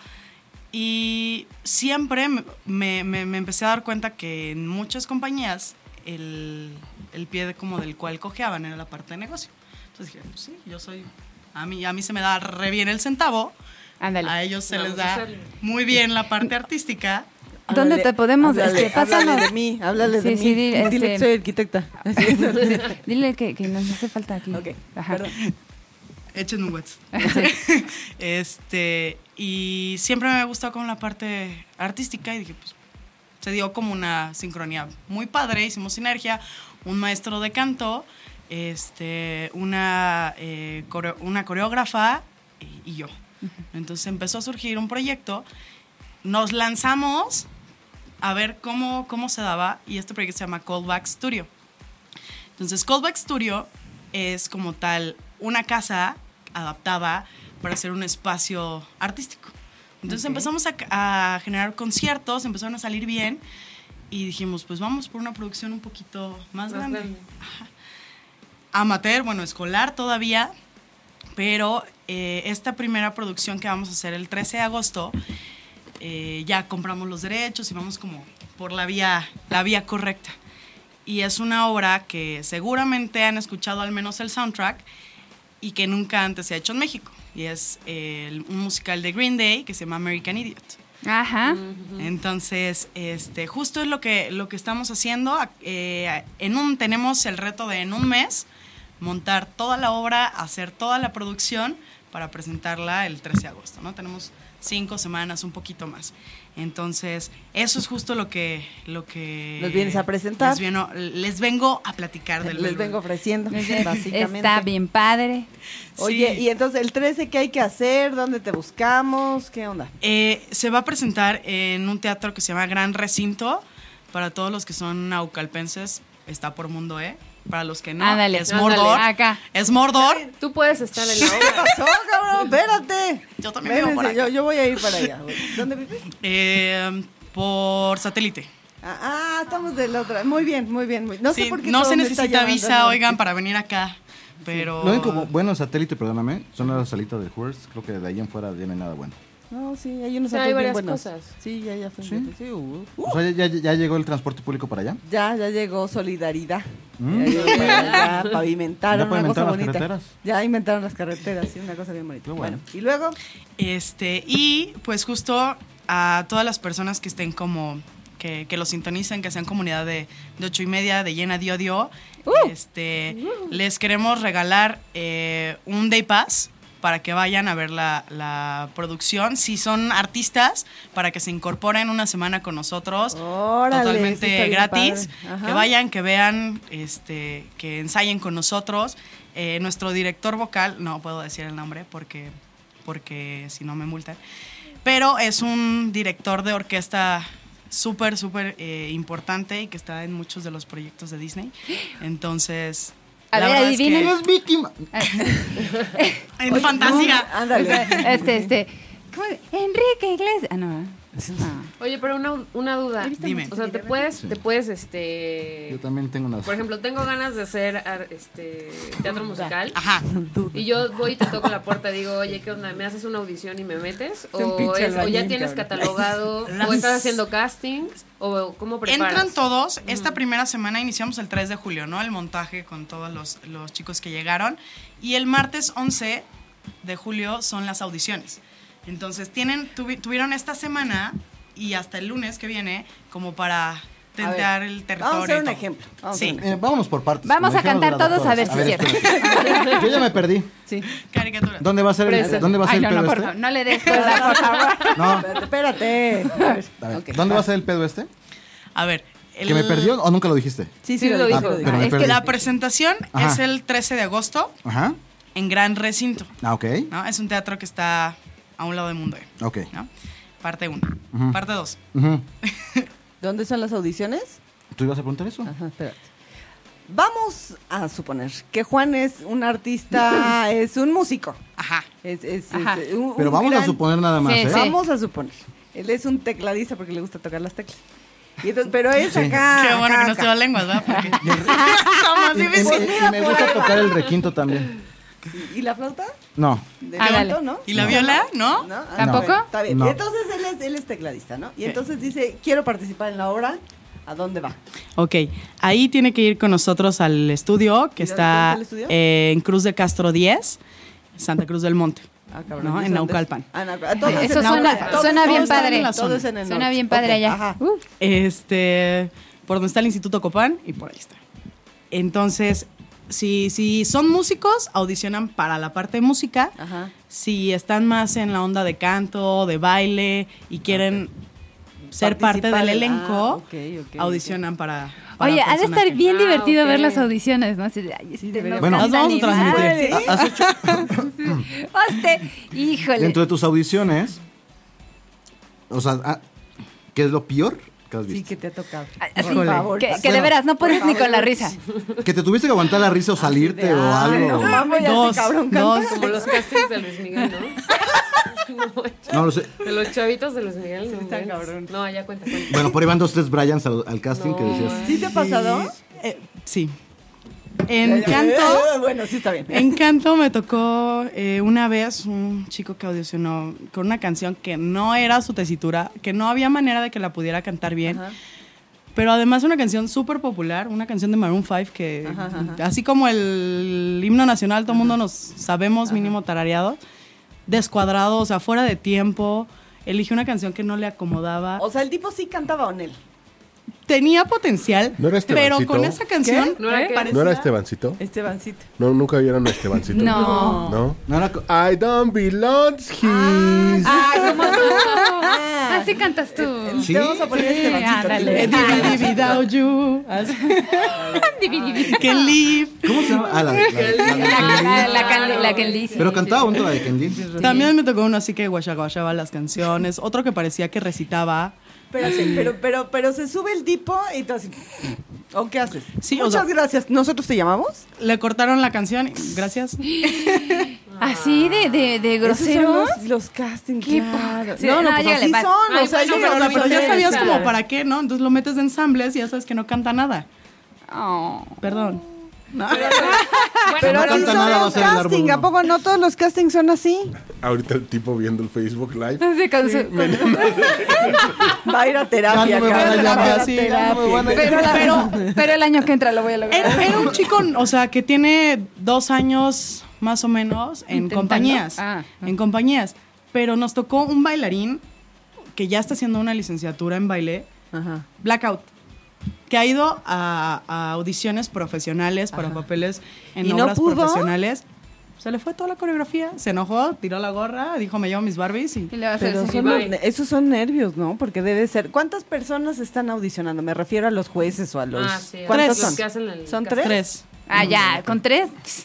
Y siempre me, me- me- me empecé a dar cuenta que en muchas compañías el, el pie de como del cual cojeaban era la parte de negocio. Entonces dije, pues sí, yo soy... A mí, a mí se me da re bien el centavo, Ándale. a ellos se les Vamos a da hacerlo. muy bien la parte artística. ¿Dónde Háblale- te podemos? háblale- este, pásanos. háblale de mí, háblale Sí, de sí, mí. di- este- Dile que soy arquitecta. Dile que, que nos hace falta aquí. Ok, Ajá. perdón. Echen un WhatsApp. este, y siempre me ha gustado con la parte artística y dije, pues, se dio como una sincronía muy padre, hicimos sinergia, un maestro de canto, este, una, eh, coreo- una coreógrafa y, y yo. Entonces empezó a surgir un proyecto, nos lanzamos a ver cómo, cómo se daba y este proyecto se llama Callback Studio. Entonces, Callback Studio es como tal una casa adaptada para hacer un espacio artístico. Entonces empezamos a, a generar conciertos, empezaron a salir bien y dijimos, pues vamos por una producción un poquito más, grande. Ajá. Amateur, bueno, escolar todavía, pero eh, esta primera producción que vamos a hacer el 13 de agosto, eh, ya compramos los derechos y vamos como por la vía, la vía correcta y es una obra que seguramente han escuchado al menos el soundtrack y que nunca antes se ha hecho en México. Y es eh, el- un musical de Green Day que se llama American Idiot. Ajá. Mm, Entonces, este, justo es lo que, lo que estamos haciendo. eh, en un, tenemos el reto de en un mes montar toda la obra, hacer toda la producción para presentarla el 13 de agosto, ¿no? Tenemos cinco semanas, un poquito más. Entonces, eso es justo lo que... Lo que Nos vienes a presentar. Les, vieno- les vengo a platicar del Les vengo ofreciendo, básicamente. Está bien padre. Oye, Sí. y entonces el 13, ¿qué hay que hacer? ¿Dónde te buscamos? ¿Qué onda? Eh, se va a presentar en un teatro que se llama Gran Recinto. Para todos los que son naucalpenses, está por Mundo E. Para los que no, Ándale, es ándale, Mordor. acá. Es Mordor. Tú puedes estar en la ¿Qué obra. pasó, cabrón? Espérate. Yo también vivo por Espérense, acá. Yo, yo voy a ir para allá. ¿Dónde vives? eh, por satélite. Ah, ah, estamos de la otra. Muy bien, muy bien. muy- No sé Sí, por qué no todo se me está necesita llevando, visa, ¿no? oigan, para venir acá. Pero. Lo único bu- bueno de satélite, perdóname, son las salitas de Hearst. Creo que de ahí en fuera ya no hay nada bueno. No, sí, hay unos Sí, autos hay bien varias buenos. cosas. Sí, ya, ya. fue- sí, uh, uh. O sea, ya, ya- ya llegó el transporte público para Uh. allá. Ya, ya llegó Solidaridad. Ya, llegó para allá, pavimentaron Mm. Ya una cosa pavimentaron las bonita. carreteras. Ya inventaron las carreteras, sí, una cosa bien bonita. Qué bueno. bueno. y luego, Este, y pues justo a todas las personas que estén como, que, que lo sintonicen, que sean comunidad de, de ocho y media, de llena de odio, este, les queremos regalar eh, un day pass para que vayan a ver la, la producción. Si son artistas, para que se incorporen una semana con nosotros. Órale, sí está totalmente bien gratis. padre. Ajá. Que vayan, que vean, este, que ensayen con nosotros. Eh, nuestro director vocal, no puedo decir el nombre porque, porque si no me multan, pero es un director de orquesta súper, súper eh, importante y que está en muchos de los proyectos de Disney. Entonces... A la ver, verdad es que- adivinen. ¡Es Vicky! ma- en fantasía. no, Ah, ándale. Este, este. ¿cómo? Enrique Iglesias. Ah, no. Ah. Oye, pero una, una duda. Dime. O sea, te puedes, te puedes, este. Yo también tengo unas. Por ejemplo, tengo ganas de hacer ar- este, teatro musical. Ah, Ajá. Y yo voy y te toco la puerta y digo, oye, ¿qué onda? ¿Me haces una audición y me metes? un ¿O, pinche es- o ya albañil, tienes cabrón. catalogado? Las- ¿O estás haciendo castings? ¿O cómo preparas? Entran todos. Esta primera semana iniciamos el 3 de julio, ¿no? El montaje con todos los, los chicos que llegaron. Y el martes 11 de julio son las audiciones. Entonces, tienen, tuvi- tuvieron esta semana y hasta el lunes que viene como para tentar el territorio. vamos a hacer y un todo. ejemplo, vamos a sí. hacer un Eh, vámonos por partes. Vamos como a dijeron de cantar la todos a ver doctora. si es espérate. Yo ya me perdí. Sí. Caricatura. ¿Dónde va a ser Presa. el, ¿dónde va a ser el Ay, no, pedo no, por este? favor, no le des cuerda, por favor. No. Espérate. A ver, Ok. ¿Dónde va a ser el pedo este? A ver. el- ¿Que me perdió o nunca lo dijiste? Ah, Sí, sí, Sí, lo lo dijo. dijo. lo dijo. pero me es que perdí. La presentación Ajá. es el 13 de agosto. Ajá. en Gran Recinto. Ah, ok. ¿no? Es un teatro que está a un lado del mundo. ¿eh? Ok. ¿no? Parte 1. Parte 2. Ujú. ¿Dónde son las audiciones? ¿Tú ibas a preguntar eso? Ajá, espérate. Vamos a suponer que Juan es un artista, es un músico. Ajá. Es, es- Ajá. es eh, un- Pero un vamos a gran- suponer nada más, Sí, ¿eh? sí. Vamos a suponer. Él es un tecladista porque le gusta tocar las teclas. Y entonces- pero es Sí. acá. Qué bueno Ah, acá, que no acá. estuvo lenguas, ¿verdad? Porque está más Y, y- difícil. y me gusta tocar el requinto también. ¿Y la flauta? No. De Ah, viento, dale. ¿no? ¿Y la viola? ¿No? ¿No? Ah, ¿Tampoco? bueno, está bien. No. Y entonces él es, él es tecladista, ¿no? Y entonces dice, quiero participar en la obra. ¿A dónde va? Ok, ahí tiene que ir con nosotros al estudio que ¿Y dónde está está el estudio? eh, en Cruz de Castro 10, Santa Cruz del Monte, Ah, cabrón, ¿no? ¿y dónde? en Naucalpan. Ah, Naucalpan. Todo es Eso en suena, Naucalpan. Todo suena es- bien todo está en padre. la zona. zona. Todo es en el Suena norte. bien padre Ok, allá. ajá. Uh, Este, por donde está el Instituto Copán y por ahí está. Entonces, si, si son músicos, audicionan para la parte de música. Ajá. Si están más en la onda de canto, de baile y quieren ser parte Ah, Participar del en- ah, elenco, ok, ok, ok. audicionan para, para Oye, ha de personaje. estar bien Ah, divertido ver ok. las audiciones, ¿no? Así de, ay, este, debería. no Bueno. cantan Las vamos a ni transmitir. madre. Ha- has hecho- Hoste, híjole. dentro de tus audiciones, o sea, ah, ¿qué es lo peor que has Sí, visto? que te ha tocado. Así, Por Ah, favor. Ah, que, que de veras, no puedes ni con la risa. que... te tuviste que aguantar la Ah, risa o salirte o Ay, algo. No, No, mames, ya Dos, este cabrón canta. dos. Como los castings de Luis Miguel, ¿no? No, lo sé. de los chavitos de Luis Miguel, no. está manches. cabrón. No, ya cuenta, cuenta. Bueno, por ahí van dos, tres Bryans al, al casting que No, decías. ¿Sí te ha pasado? Eh, sí. En canto, Eh, Bueno, sí está bien. en canto me tocó eh, una vez un chico que audicionó con una canción que no era su tesitura, que no había manera de que la pudiera cantar bien. Ajá. Pero además una canción súper popular, una canción de Maroon 5 que Ajá, ajá, ajá. así como el himno nacional todo el mundo nos sabemos mínimo tarareado, descuadrado, o sea, fuera de tiempo, eligió una canción que no le acomodaba. O sea, el tipo sí cantaba con él. Tenía potencial, ¿No era este pero Bancito? con esa canción ¿No era ¿eh? qué? ¿No era Estebancito? Estebancito. No, nunca vieron a Estebancito. No. ¿No? No, no, co- I don't belong Ah, here. Ah, Ay, cómo no. Así cantas tú. Sí. Te vamos a poner este Estebancito. ándale. Eh, divi- divi- without you. Que live. ¿Cómo se llama? Ah, la, de- la de- la de- La, la, la can- la que dice. Pero cantaba un la de Candy. También me tocó uno así que guachaguachaba las canciones. Otro que parecía que recitaba. Pero, sí, pero, pero, pero se sube el tipo y tú así. ¿O qué haces? Sí, o Muchas sea- gracias. ¿Nosotros te llamamos? Le cortaron la canción. y- Gracias. Así de, de, de Esos son grosero. los, los castings, Qué claro. poca- Sí, no, no, Ah, no, pues llégale, así paz. son. Ay, o sea, ellos bueno, pero los Pero ya Sorpresa. sabías organizan. como para qué, ¿no? Entonces lo metes de ensambles y ya sabes que no canta nada. Oh. Perdón. no Pero así canta son nada, va a los ser el árbol castings. ¿A uno. poco no todos los castings son así? Ahorita el tipo viendo el Facebook Live. Entonces, con su- Va a ir a Ya terapia, no me cabrón. van a Terapia, llamar. sí. Ya no me van a pero, la- pero el año que entra lo voy a lograr. Era, era un chico, o sea, que tiene dos años más o menos en Intentando. compañías. Ah. En compañías. Pero nos tocó un bailarín que ya está haciendo una licenciatura en baile. Ajá. Blackout. Que ha ido a, a audiciones profesionales para papeles en ¿Y no obras pudo? profesionales. Se le fue toda la coreografía, se enojó, tiró la gorra, dijo me llevo mis Barbies y Y le vas a Pero hacer son bye. los- esos son nervios, ¿no? Porque debe ser. ¿Cuántas personas están audicionando? Me refiero a los jueces o a los. Ah, sí, a ¿Cuántos los son? que hacen el ¿Son casting. tres? tres. Ah, ya, con tres. pss,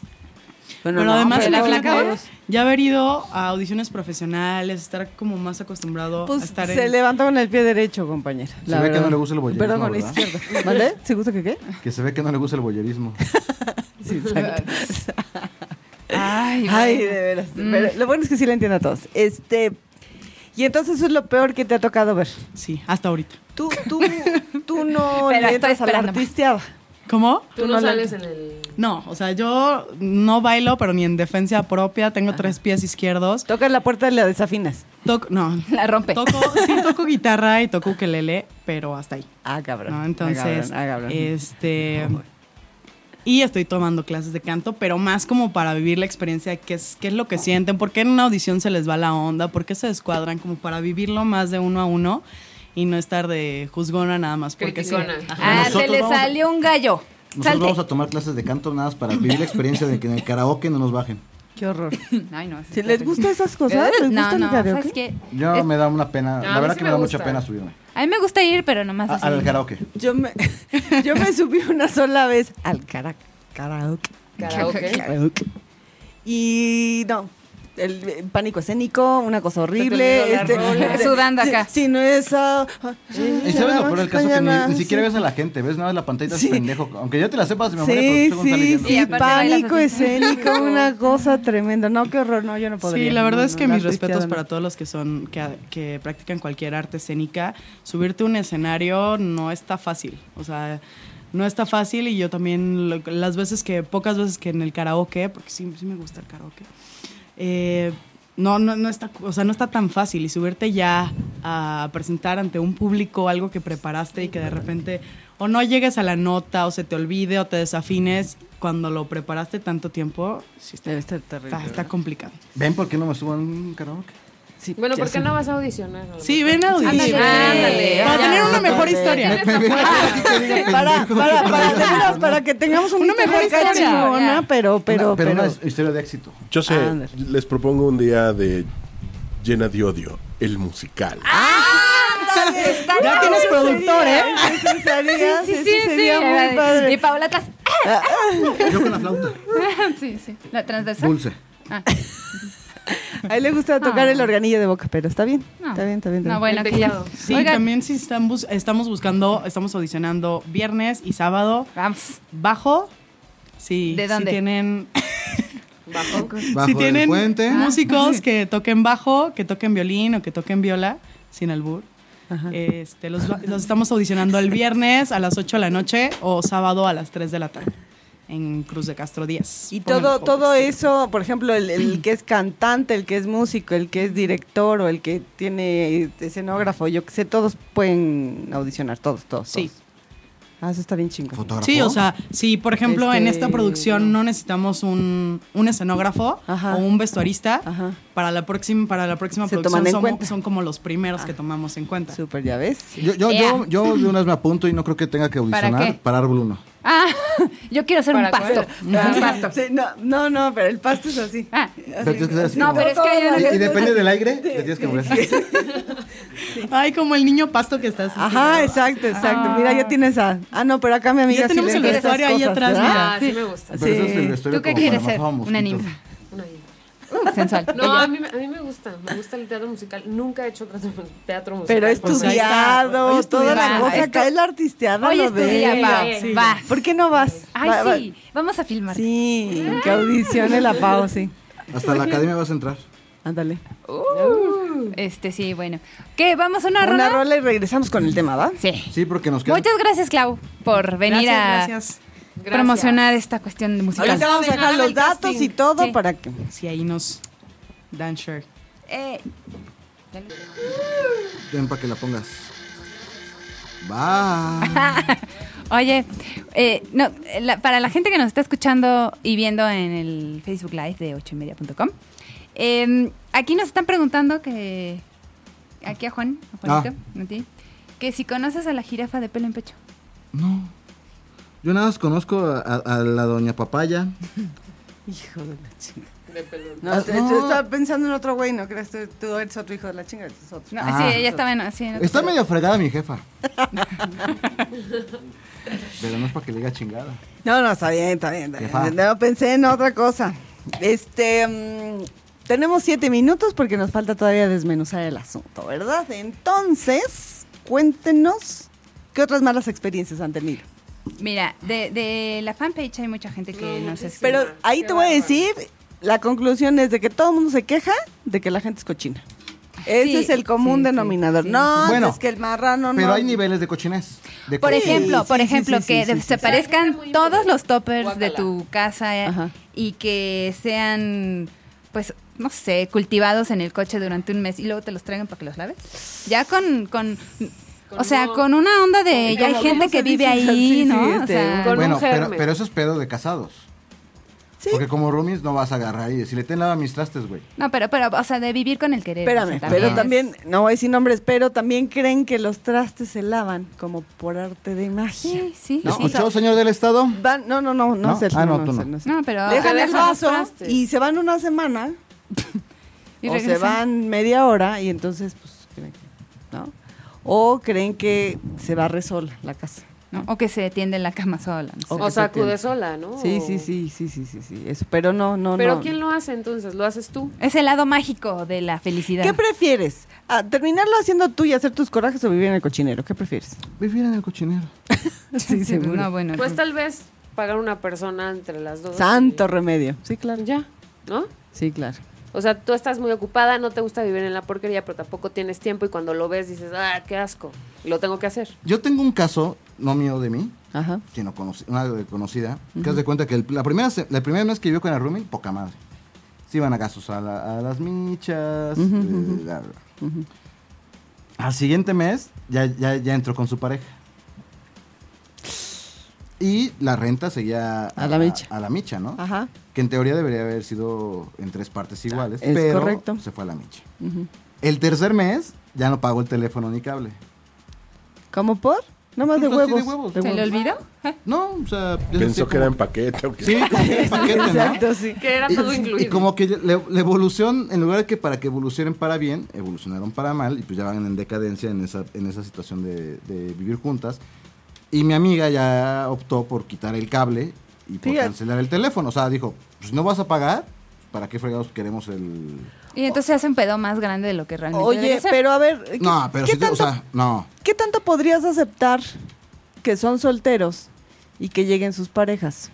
Bueno, Pero no, además pero el todos Blackout modos, ya haber ido a audiciones profesionales, estar como más acostumbrado Pues a estar se en... levanta con el pie derecho, compañera. Se la ve que verdad. no le gusta el boyerismo, Perdón, con la ¿verdad? izquierda. ¿Vale? ¿Se gusta que qué? Que se ve que no le gusta el boyerismo. Ay, Ay, bueno. de veras. Pero lo bueno es que sí la entiendo a todos. Este. Y entonces eso es lo peor que te ha tocado ver. Sí, hasta ahorita. Tú, tú, tú no Pero le estoy entras a la esperando más. artisteada. ¿Cómo? Tú no sales en el... No, o sea, yo no bailo, pero ni en defensa propia, tengo tres pies izquierdos. Tocas la puerta de la desafinas. Toco, no, La rompe. toco, sí toco guitarra y toco ukelele, pero hasta ahí. Ah, cabrón. ¿no? Ah, Entonces, cabrón, ah, cabrón. este... Y estoy tomando clases de canto, pero más como para vivir la experiencia de qué es, qué es lo que sienten, por qué en una audición se les va la onda, por qué se descuadran, como para vivirlo más de uno a uno y no estar de juzgona nada más. Porque sí. Criticona. Ajá. Ah, se Nosotros le vamos a- salió un gallo. Nosotros Salte. vamos a tomar clases de canto nada más para vivir la experiencia de que en el karaoke no nos bajen. Qué horror. Ay, no. Si les gustan esas cosas, les gusta no, el no, karaoke? ¿sabes qué? Yo me da una pena, No, a la mí verdad sí que me me da mucha gusta. pena subirme. A mí me gusta ir, pero nomás A- así. al karaoke. Yo me, yo me subí una sola vez al cara, karaoke. Karaoke. Karaoke. Y no, el, eh, pánico escénico, una cosa horrible. este, olvidó la rola. Sudando acá. Si, si no es... ah, ah, Y sabes lo peor del caso que mañana, ni, ni siquiera sí. ves a la gente, ves nada más la pantalla Sí. pendejo. Aunque ya te la sepas de memoria, pero Sí, tú estás sí, leyendo. Y sí, aparte pánico bailas así. escénico, una cosa tremenda. No, qué horror, no, yo no podría. Sí, la verdad no, es que no, mis la respetos artisteada no. para todos los que son que, que practican cualquier arte escénica. Subirte a un escenario no está fácil. O sea, no está fácil y yo también lo- las veces que pocas veces que en el karaoke, porque sí, sí me gusta el karaoke. eh, no, no, no está, o sea, no está tan fácil y subirte ya a presentar ante un público algo que preparaste y que de repente o no llegues a la nota o se te olvide o te desafines cuando lo preparaste tanto tiempo, sí está, Debe estar terrible. está- está complicado. ¿Ven por qué no me subo a un karaoke? Sí, Bueno, ya ¿por qué sé. no vas a audicionar? a lo Sí, mejor? ven a Ándale, audicionar. ándale. Para Ya. tener una mejor historia. Me veo así que diga, Para, pendejo. para, para, de veras, para que tengamos una, Una mejor historia historia, chingona, ya. pero, pero, Una- pero pero. una historia de éxito. Yo sé, Ah, Ándale. les propongo un día de llena de odio, el musical. Ya tienes productor, ¿eh? Eso sería, Sí, sí, eso sí, sería sí. muy Y padre. Paola atrás. Yo con la flauta. Sí, sí. La transversal. Dulce. A él le gusta tocar el organillo de boca, pero está bien, No. está bien, está bien. está Ah. No, bien. bueno, El que- teclado. Sí, Oigan, también sí están bus- estamos buscando, estamos audicionando viernes y sábado. Vamos. Bajo. Sí, ¿De si dónde? tienen, Bajo. Bajo si el tienen puente. músicos que toquen bajo, que toquen violín o que toquen viola, sin albur. Este, los, va- los estamos audicionando el viernes a las 8 de la noche o sábado a las 3 de la tarde en Cruz de Castro 10. Y Pongan todo, Pop todo Estéreo. eso, por ejemplo, el, el que es cantante, el que es músico, el que es director o el que tiene escenógrafo, yo que sé, todos pueden audicionar, todos, todos. Sí. todos. Ah, eso está bien chingón. Fotógrafo. Sí, o sea, si por ejemplo en Este, esta producción no necesitamos un, un escenógrafo Ajá. o un vestuarista, Ajá. para la próxima, para la próxima Se producción toman en somo- cuenta. Ah, son como los primeros que tomamos en cuenta. Súper, ya ves. Yo, yo, yo, yo de una vez me apunto y no creo que tenga que ¿Para audicionar qué? para, árbol 1. Ah, yo quiero hacer un ¿Para cuál? pasto. Ah, Un pasto. sí, no, no, no, pero el pasto es así. Ah, no, pero es que hay y, y depende del aire, le tienes que mover. Ay, como el niño pasto que está así. Ajá, exacto, exacto. Mira, ya tienes a. Ah, no, pero acá mi amiga. Ya tenemos sí el le entra vestuario ahí esas cosas, atrás, ¿verdad? mira. Ah, sí me gusta. Pero eso es el vestuario ¿Tú qué como quieres para ser? mafamos, Una mosquitos. ninfa. Uh, Una idea. Sensual. No, a mí, me- a mí me gusta. Me gusta el teatro musical. Nunca he hecho teatro, teatro musical. Pues, Pero por ahí supuesto. está. estudiado, Hoy toda la estudiaba. cosa. Esto- Acá es la artisteada. Hoy lo es tu día, de- Pau. Sí. Vas. ¿Por qué no vas? Va- va- Ay, sí. Vamos a filmar. Sí, que audicione la Pau, sí. Hasta la academia vas a entrar. Ándale. Este, sí, bueno. ¿Qué? ¿Vamos a una, Una rola? rola y regresamos con el tema, ¿va? Sí. Sí, porque nos queda. Muchas gracias, Clau, por venir Gracias, a gracias. Gracias. promocionar esta cuestión de musical. Ahorita vamos a dejar los el datos casting. y todo Sí. para que. Si ahí nos dan share. Eh, Ven para que la pongas. Va. Oye, eh, no, la- para la gente que nos está escuchando y viendo en el Facebook Live de 8ymedia.com, eh, aquí nos están preguntando que. Aquí a Juan, a Ah. Juanito, a ti, que si conoces a la jirafa de pelo en pecho. No. Yo nada más conozco a, a- a la doña papaya. Hijo de la chinga. De pelón. No, Ah, este- no. yo estaba pensando en otro güey, ¿no crees? Tú, tú eres otro hijo de la chinga, este es otro. No, Ah. sí, ella estaba en, así en otro- Está medio fregada mi jefa. Pero no es para que le diga chingada. No, no, está bien, está bien. Está Jefa. bien. No, pensé en otra cosa. Este, mm, tenemos siete minutos porque nos falta todavía desmenuzar el asunto, ¿verdad? Entonces, cuéntenos qué otras malas experiencias han tenido. Mira, de, de la fanpage hay mucha gente que No, nos escribe. Pero ahí qué te voy a bárbaro. decir, la conclusión es de que todo el mundo se queja de que la gente es cochina. Ese Sí, es el común sí, sí, denominador. sí. no, Bueno, es que el marrano no. Pero hay niveles de cochinés. de Por cochinés. ejemplo, sí, por sí, ejemplo, sí, sí, que sí, sí, se sí. parezcan Está muy todos interesante. los toppers de Guácala. tu casa eh, Ajá. y que sean, pues, no sé, cultivados en el coche durante un mes y luego te los traigan para que los laves. Ya con, con, o Con sea, un- con una onda de, ya hay ¿cómo gente se que dice? vive ahí, Sí, sí, ¿no? o este, sea, con- Bueno, un pero, germen. pero eso es pedo de casados. Sí. Porque como roomies no vas a agarrar y decirle, ten lava mis trastes, güey. no, pero, pero, o sea, de vivir con el querer. Espérame, o sea, pero es- también, no voy a decir nombres, pero también creen que los trastes se lavan como por arte de magia. Sí, sí, No, sí. o sea, ¿Escuchó, señor del Estado? Van- no, no, no, no, ¿No? es el- Ah, no, tú es no. el- es el- no, pero Dejan Te el dejan los vaso trastes. y se van una semana y o se regresan. van media hora y entonces, pues, creen que- ¿no? O creen que se va resola la casa. ¿no? O que se tiende en la cama sola. no sé. O sacude sola, ¿no? Sí, Oh. sí, sí, sí, sí, sí, sí. Eso, pero no, no, Pero no. ¿quién lo hace entonces? ¿Lo haces tú? Es el lado mágico de la felicidad. ¿Qué prefieres? Ah, ¿Terminarlo haciendo tú y hacer tus corajes o vivir en el cochinero? ¿Qué prefieres? Vivir en el cochinero. Sí, seguro. No, bueno. Pues no. tal vez pagar una persona entre las Oh, dos. Santo remedio. Sí, claro. y- Ya, ¿no? Sí, claro. O sea, tú estás muy ocupada, no te gusta vivir en la porquería, pero tampoco tienes tiempo y cuando lo ves dices, ah, qué asco, lo tengo que hacer. Yo tengo un caso, no mío de mí, Ajá. sino conoci- una de- conocida, que haz de cuenta que el- la, primera, se- la primera vez que vivió con la roomie, poca madre. Se iban a casos a, la- a las michas. eh, bla, bla. Al siguiente mes ya, ya, ya entró con su pareja. Y la renta seguía A la micha. A, la micha, ¿no? Ajá. Que en teoría debería haber sido en tres partes iguales. es pero correcto. se fue a la micha. El tercer mes ya no pagó el teléfono ni cable. ¿Cómo por? Nada más de Pues así huevos. de huevos. ¿Se le olvidó? No, o sea... ya se Pensó hacía que era como- en paquete. o que- Sí, como que paquete, ¿no? Exacto, sí. Que era Y- todo Y, incluido. como que la, la evolución, en lugar de que para que evolucionen para bien, evolucionaron para mal y pues ya van en decadencia en esa, en esa situación de, de vivir juntas. Y mi amiga ya optó por quitar el cable y por Fíjate. cancelar el teléfono. O sea, dijo, pues no vas a pagar, ¿para qué fregados queremos el...? Y entonces se hace un pedo más grande de lo que realmente Oye, debería ser. pero a ver, ¿qué, No, pero qué sí, te- tanto, o sea, no. qué tanto podrías aceptar que son solteros y que lleguen sus parejas?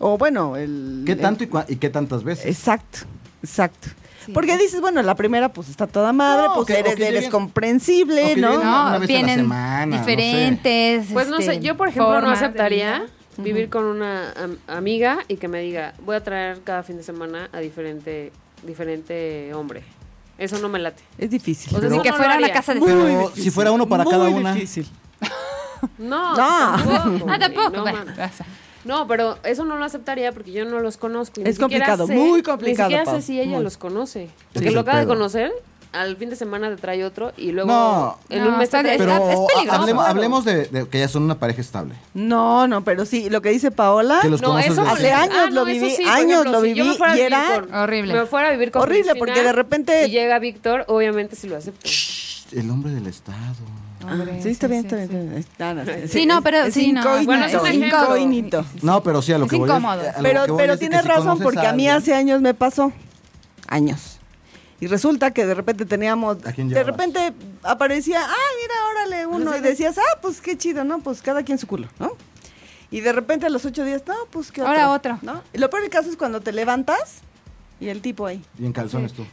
O bueno, el... ¿Qué el- tanto y, cua- y qué tantas veces? Exacto, exacto. Sí. Porque dices, bueno, la primera pues está toda madre, No, pues que- o eres, que eres lleguen- o comprensible, que ¿no? lleguen No, una vez a la vienen semana, no sé. diferentes. Pues no este, sé, yo por ejemplo no formas de aceptaría vida. vivir con una am- amiga y que me diga, voy a traer cada fin de semana a diferente, diferente hombre. Eso no me late. Es difícil. O sea, Pero- sí Ni que no lo fuera una haría. casa de Pero si fuera uno para muy cada una. difícil. No, No. tampoco. Ah, tampoco. güey, no bueno, mames. pasa. No, pero eso no lo aceptaría porque yo no los conozco. y ni Es siquiera complicado, sé- muy complicado, Ni siquiera Pau, sé si ella muy. los conoce. Ese Porque es lo el acaba de pedo. conocer, al fin de semana te trae otro y luego No. en No, un mes te está- trae Pero es otro. peligroso. hablemo- hablemos de, de que ya son una pareja estable. No, no, pero sí, lo que dice Paola, Que los No, conoces eso desde- Hace molesta. años Ah, no, lo viví, eso sí, por años ejemplo, lo si yo me viví, fuera a y vivir era con- horrible. Me fuera a vivir con Horrible, Cristina porque de repente- Y llega Víctor, obviamente sí lo acepto. El hombre del Estado. Hombre, sí, está bien, Ah, sí, está sí, bien. está bien. Ah, no, Sí, no, pero sí, no, incógnito, bueno, es un es ejemplo. incógnito. No, pero sí, a lo Es que voy es- incómodo. a lo Pero, que voy pero es de que tienes si razón, conoces porque a mí alguien- hace años me pasó. Años. Y resulta que de repente teníamos. ¿A quién De llevabas? repente aparecía, ah, mira, órale, uno. Y decías, ah, pues qué chido, ¿no? Pues cada quien su culo, ¿no? Y de repente a los ocho días, no, pues qué otro. Ahora otro. ¿no? Y lo peor del caso es cuando te levantas y el tipo ahí. Y en calzones tú.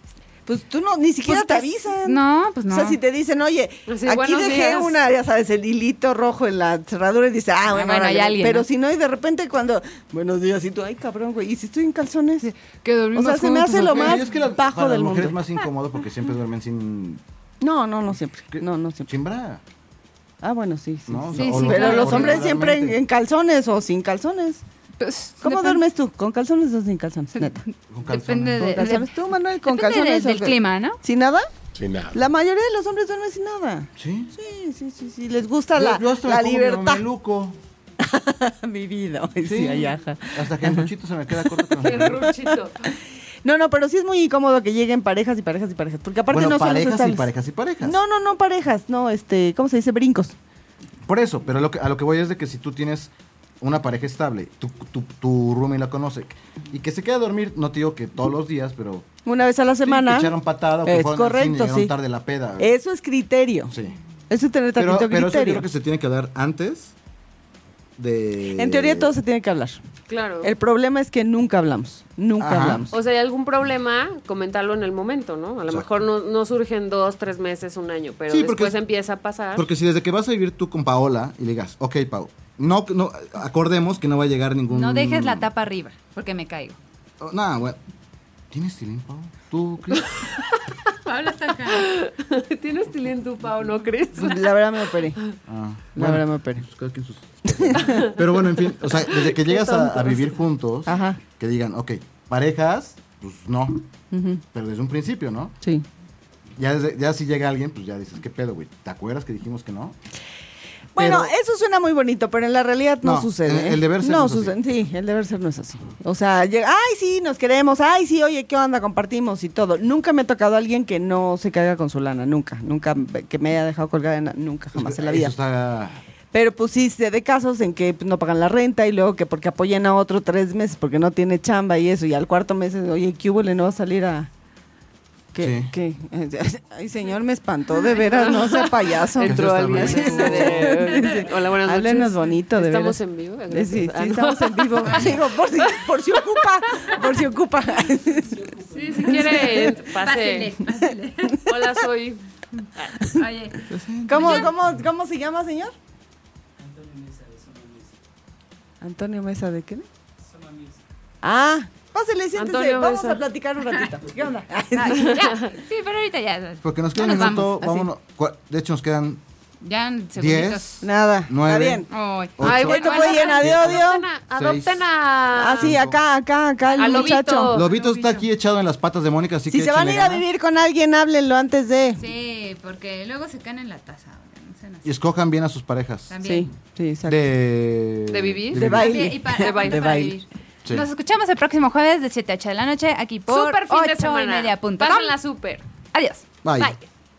Pues tú no, ni siquiera Pues, te pues, avisan. No, pues no. O sea, si te dicen, oye, Así, aquí buenos dejé días. una, ya sabes, el hilito rojo en la cerradura y dice, ah, bueno, bueno, órale, hay alguien, Pero ¿no? si no, y de repente cuando, buenos días, y tú, ay, cabrón, güey, y si estoy en calzones. que O sea, se me hace lo más Y es que la- bajo para del las mujeres mundo. es más incómodo porque siempre duermen sin, No, no, no siempre. ¿Qué? No, no siempre. sin bra, Ah, bueno, sí, sí. ¿no? O sí. sea, Sí, o sí, lo- Pero claro. los hombres siempre en, en regularmente calzones o sin calzones. Pues, ¿Cómo duermes tú? ¿Con calzones o sin calzones? Neta. con calzones. Depende ¿Con de- calzones? de- ¿Tú, Manuel, con depende calzones? de- o del con- clima, ¿no? ¿Sin nada? Sin nada. La mayoría de los hombres duermen sin nada. Sí. Sí, sí, sí, sí. Les gusta la, Yo- yo hasta me la pongo mi libertad. mameluco. Mi vida. Sí. Hasta que en Luchito se me queda corto. con- El ruchito. No, no, pero sí es muy incómodo que lleguen parejas y parejas y parejas. Porque aparte bueno, no son los parejas y estables. parejas y parejas. No, no, no parejas. No, este, ¿cómo se dice? Brincos. Por eso, pero lo que- a lo que voy es de que si tú tienes una pareja estable, tu, tu, tu roomie la conoce y que se queda a dormir, no te digo que todos los días, pero Una vez a la sí, semana. que echaron patada o que Es fueron al cine y correcto, llegaron sí. tarde la peda. Eso es criterio. Sí. Eso es tener Pero, tantito pero eso yo criterio. creo que se tiene que dar antes de... En teoría todo se tiene que hablar. Claro. El problema es que nunca hablamos. Nunca Ajá. hablamos. O sea, hay algún problema, comentarlo en el momento, ¿no? A lo Exacto. mejor no, no surgen dos, tres meses, un año, pero Sí, porque- después empieza a pasar. Porque si desde que vas a vivir tú con Paola y le digas, ok, Pau, no, no, acordemos que no va a llegar ningún... No dejes la tapa arriba, porque me caigo. Oh, Nada, bueno. ¿Tienes tilín, Pau? ¿Tú, Cris? ¿Tienes tilín tú, Pau, no crees? La verdad me operé. Ah, La verdad me operé. pues cada quien sus- Pero bueno, en fin, o sea, desde que llegas a, a vivir juntos, Ajá. que digan, ok, parejas, pues no, Ujú, pero desde un principio, ¿no? Sí. Ya, desde- ya si llega alguien, pues ya dices, ¿qué pedo, güey? ¿Te acuerdas que dijimos que no? Bueno, Pero- eso suena muy bonito, pero en la realidad no, No, sucede. ¿eh? el- el deber ser no no es así. sucede. Sí, el deber ser no es así. O sea, llega, ay, sí, nos queremos, ay, sí, oye, ¿qué onda? Compartimos y todo. Nunca me ha tocado a alguien que no se caiga con su lana, nunca, nunca, que me haya dejado colgada, en la- nunca, Pues, jamás en la vida. Eso está... Pero pues sí, sé de casos en que pues, no pagan la renta y luego que porque apoyan a otro tres meses porque no tiene chamba y eso, y al cuarto mes, oye, ¿qué hubo? ¿Le no va a salir a...? ¿Qué? Sí. ¿Qué? Ay, señor, me espantó, de veras, no sea payaso. Entró Eso está alguien. muy bien. Hola, buenas noches. Háblenos bonito, de ¿Estamos veras. en vivo? Sí, sí, Ah, no. estamos en vivo. Digo, por si, por si ocupa, por si ocupa. Sí, si quiere, Pásele, pase. pásele. Hola, soy... Oye, ¿Cómo, cómo, cómo se llama, señor? Antonio Mesa de qué? Ah, pásele, siéntese. Antonio Vamos Mesa. a platicar un ratito. ¿Qué onda? ah, ya. Sí, pero ahorita ya. Porque nos queda un Ya nos minuto, vamos, así. vámonos. Cua- De hecho, nos quedan Ya en segunditos. 10. Nada. Está Nueve. bien. Ay. Ocho. Ay, Bueno, bueno, muy bien, adiós, adiós. adopten a, adopten a... Ah, sí, acá, acá, acá el Al lobito. muchacho. Lobito está aquí echado en las patas de Mónica, así Si que se van a échale ir a ganas. vivir con alguien, háblenlo antes de. Sí, porque luego se caen en la taza. ahora, No sean así. Y escojan bien a sus parejas. También. sí, exacto. De... ¿De vivir? De baile. También, y para- De aparte baile. para baile. vivir. Sí. Nos escuchamos el próximo jueves de 7 a 8 de la noche aquí por Súper fin de 8 y semana. media punto com. Pásenla súper. Adiós. Bye. Bye.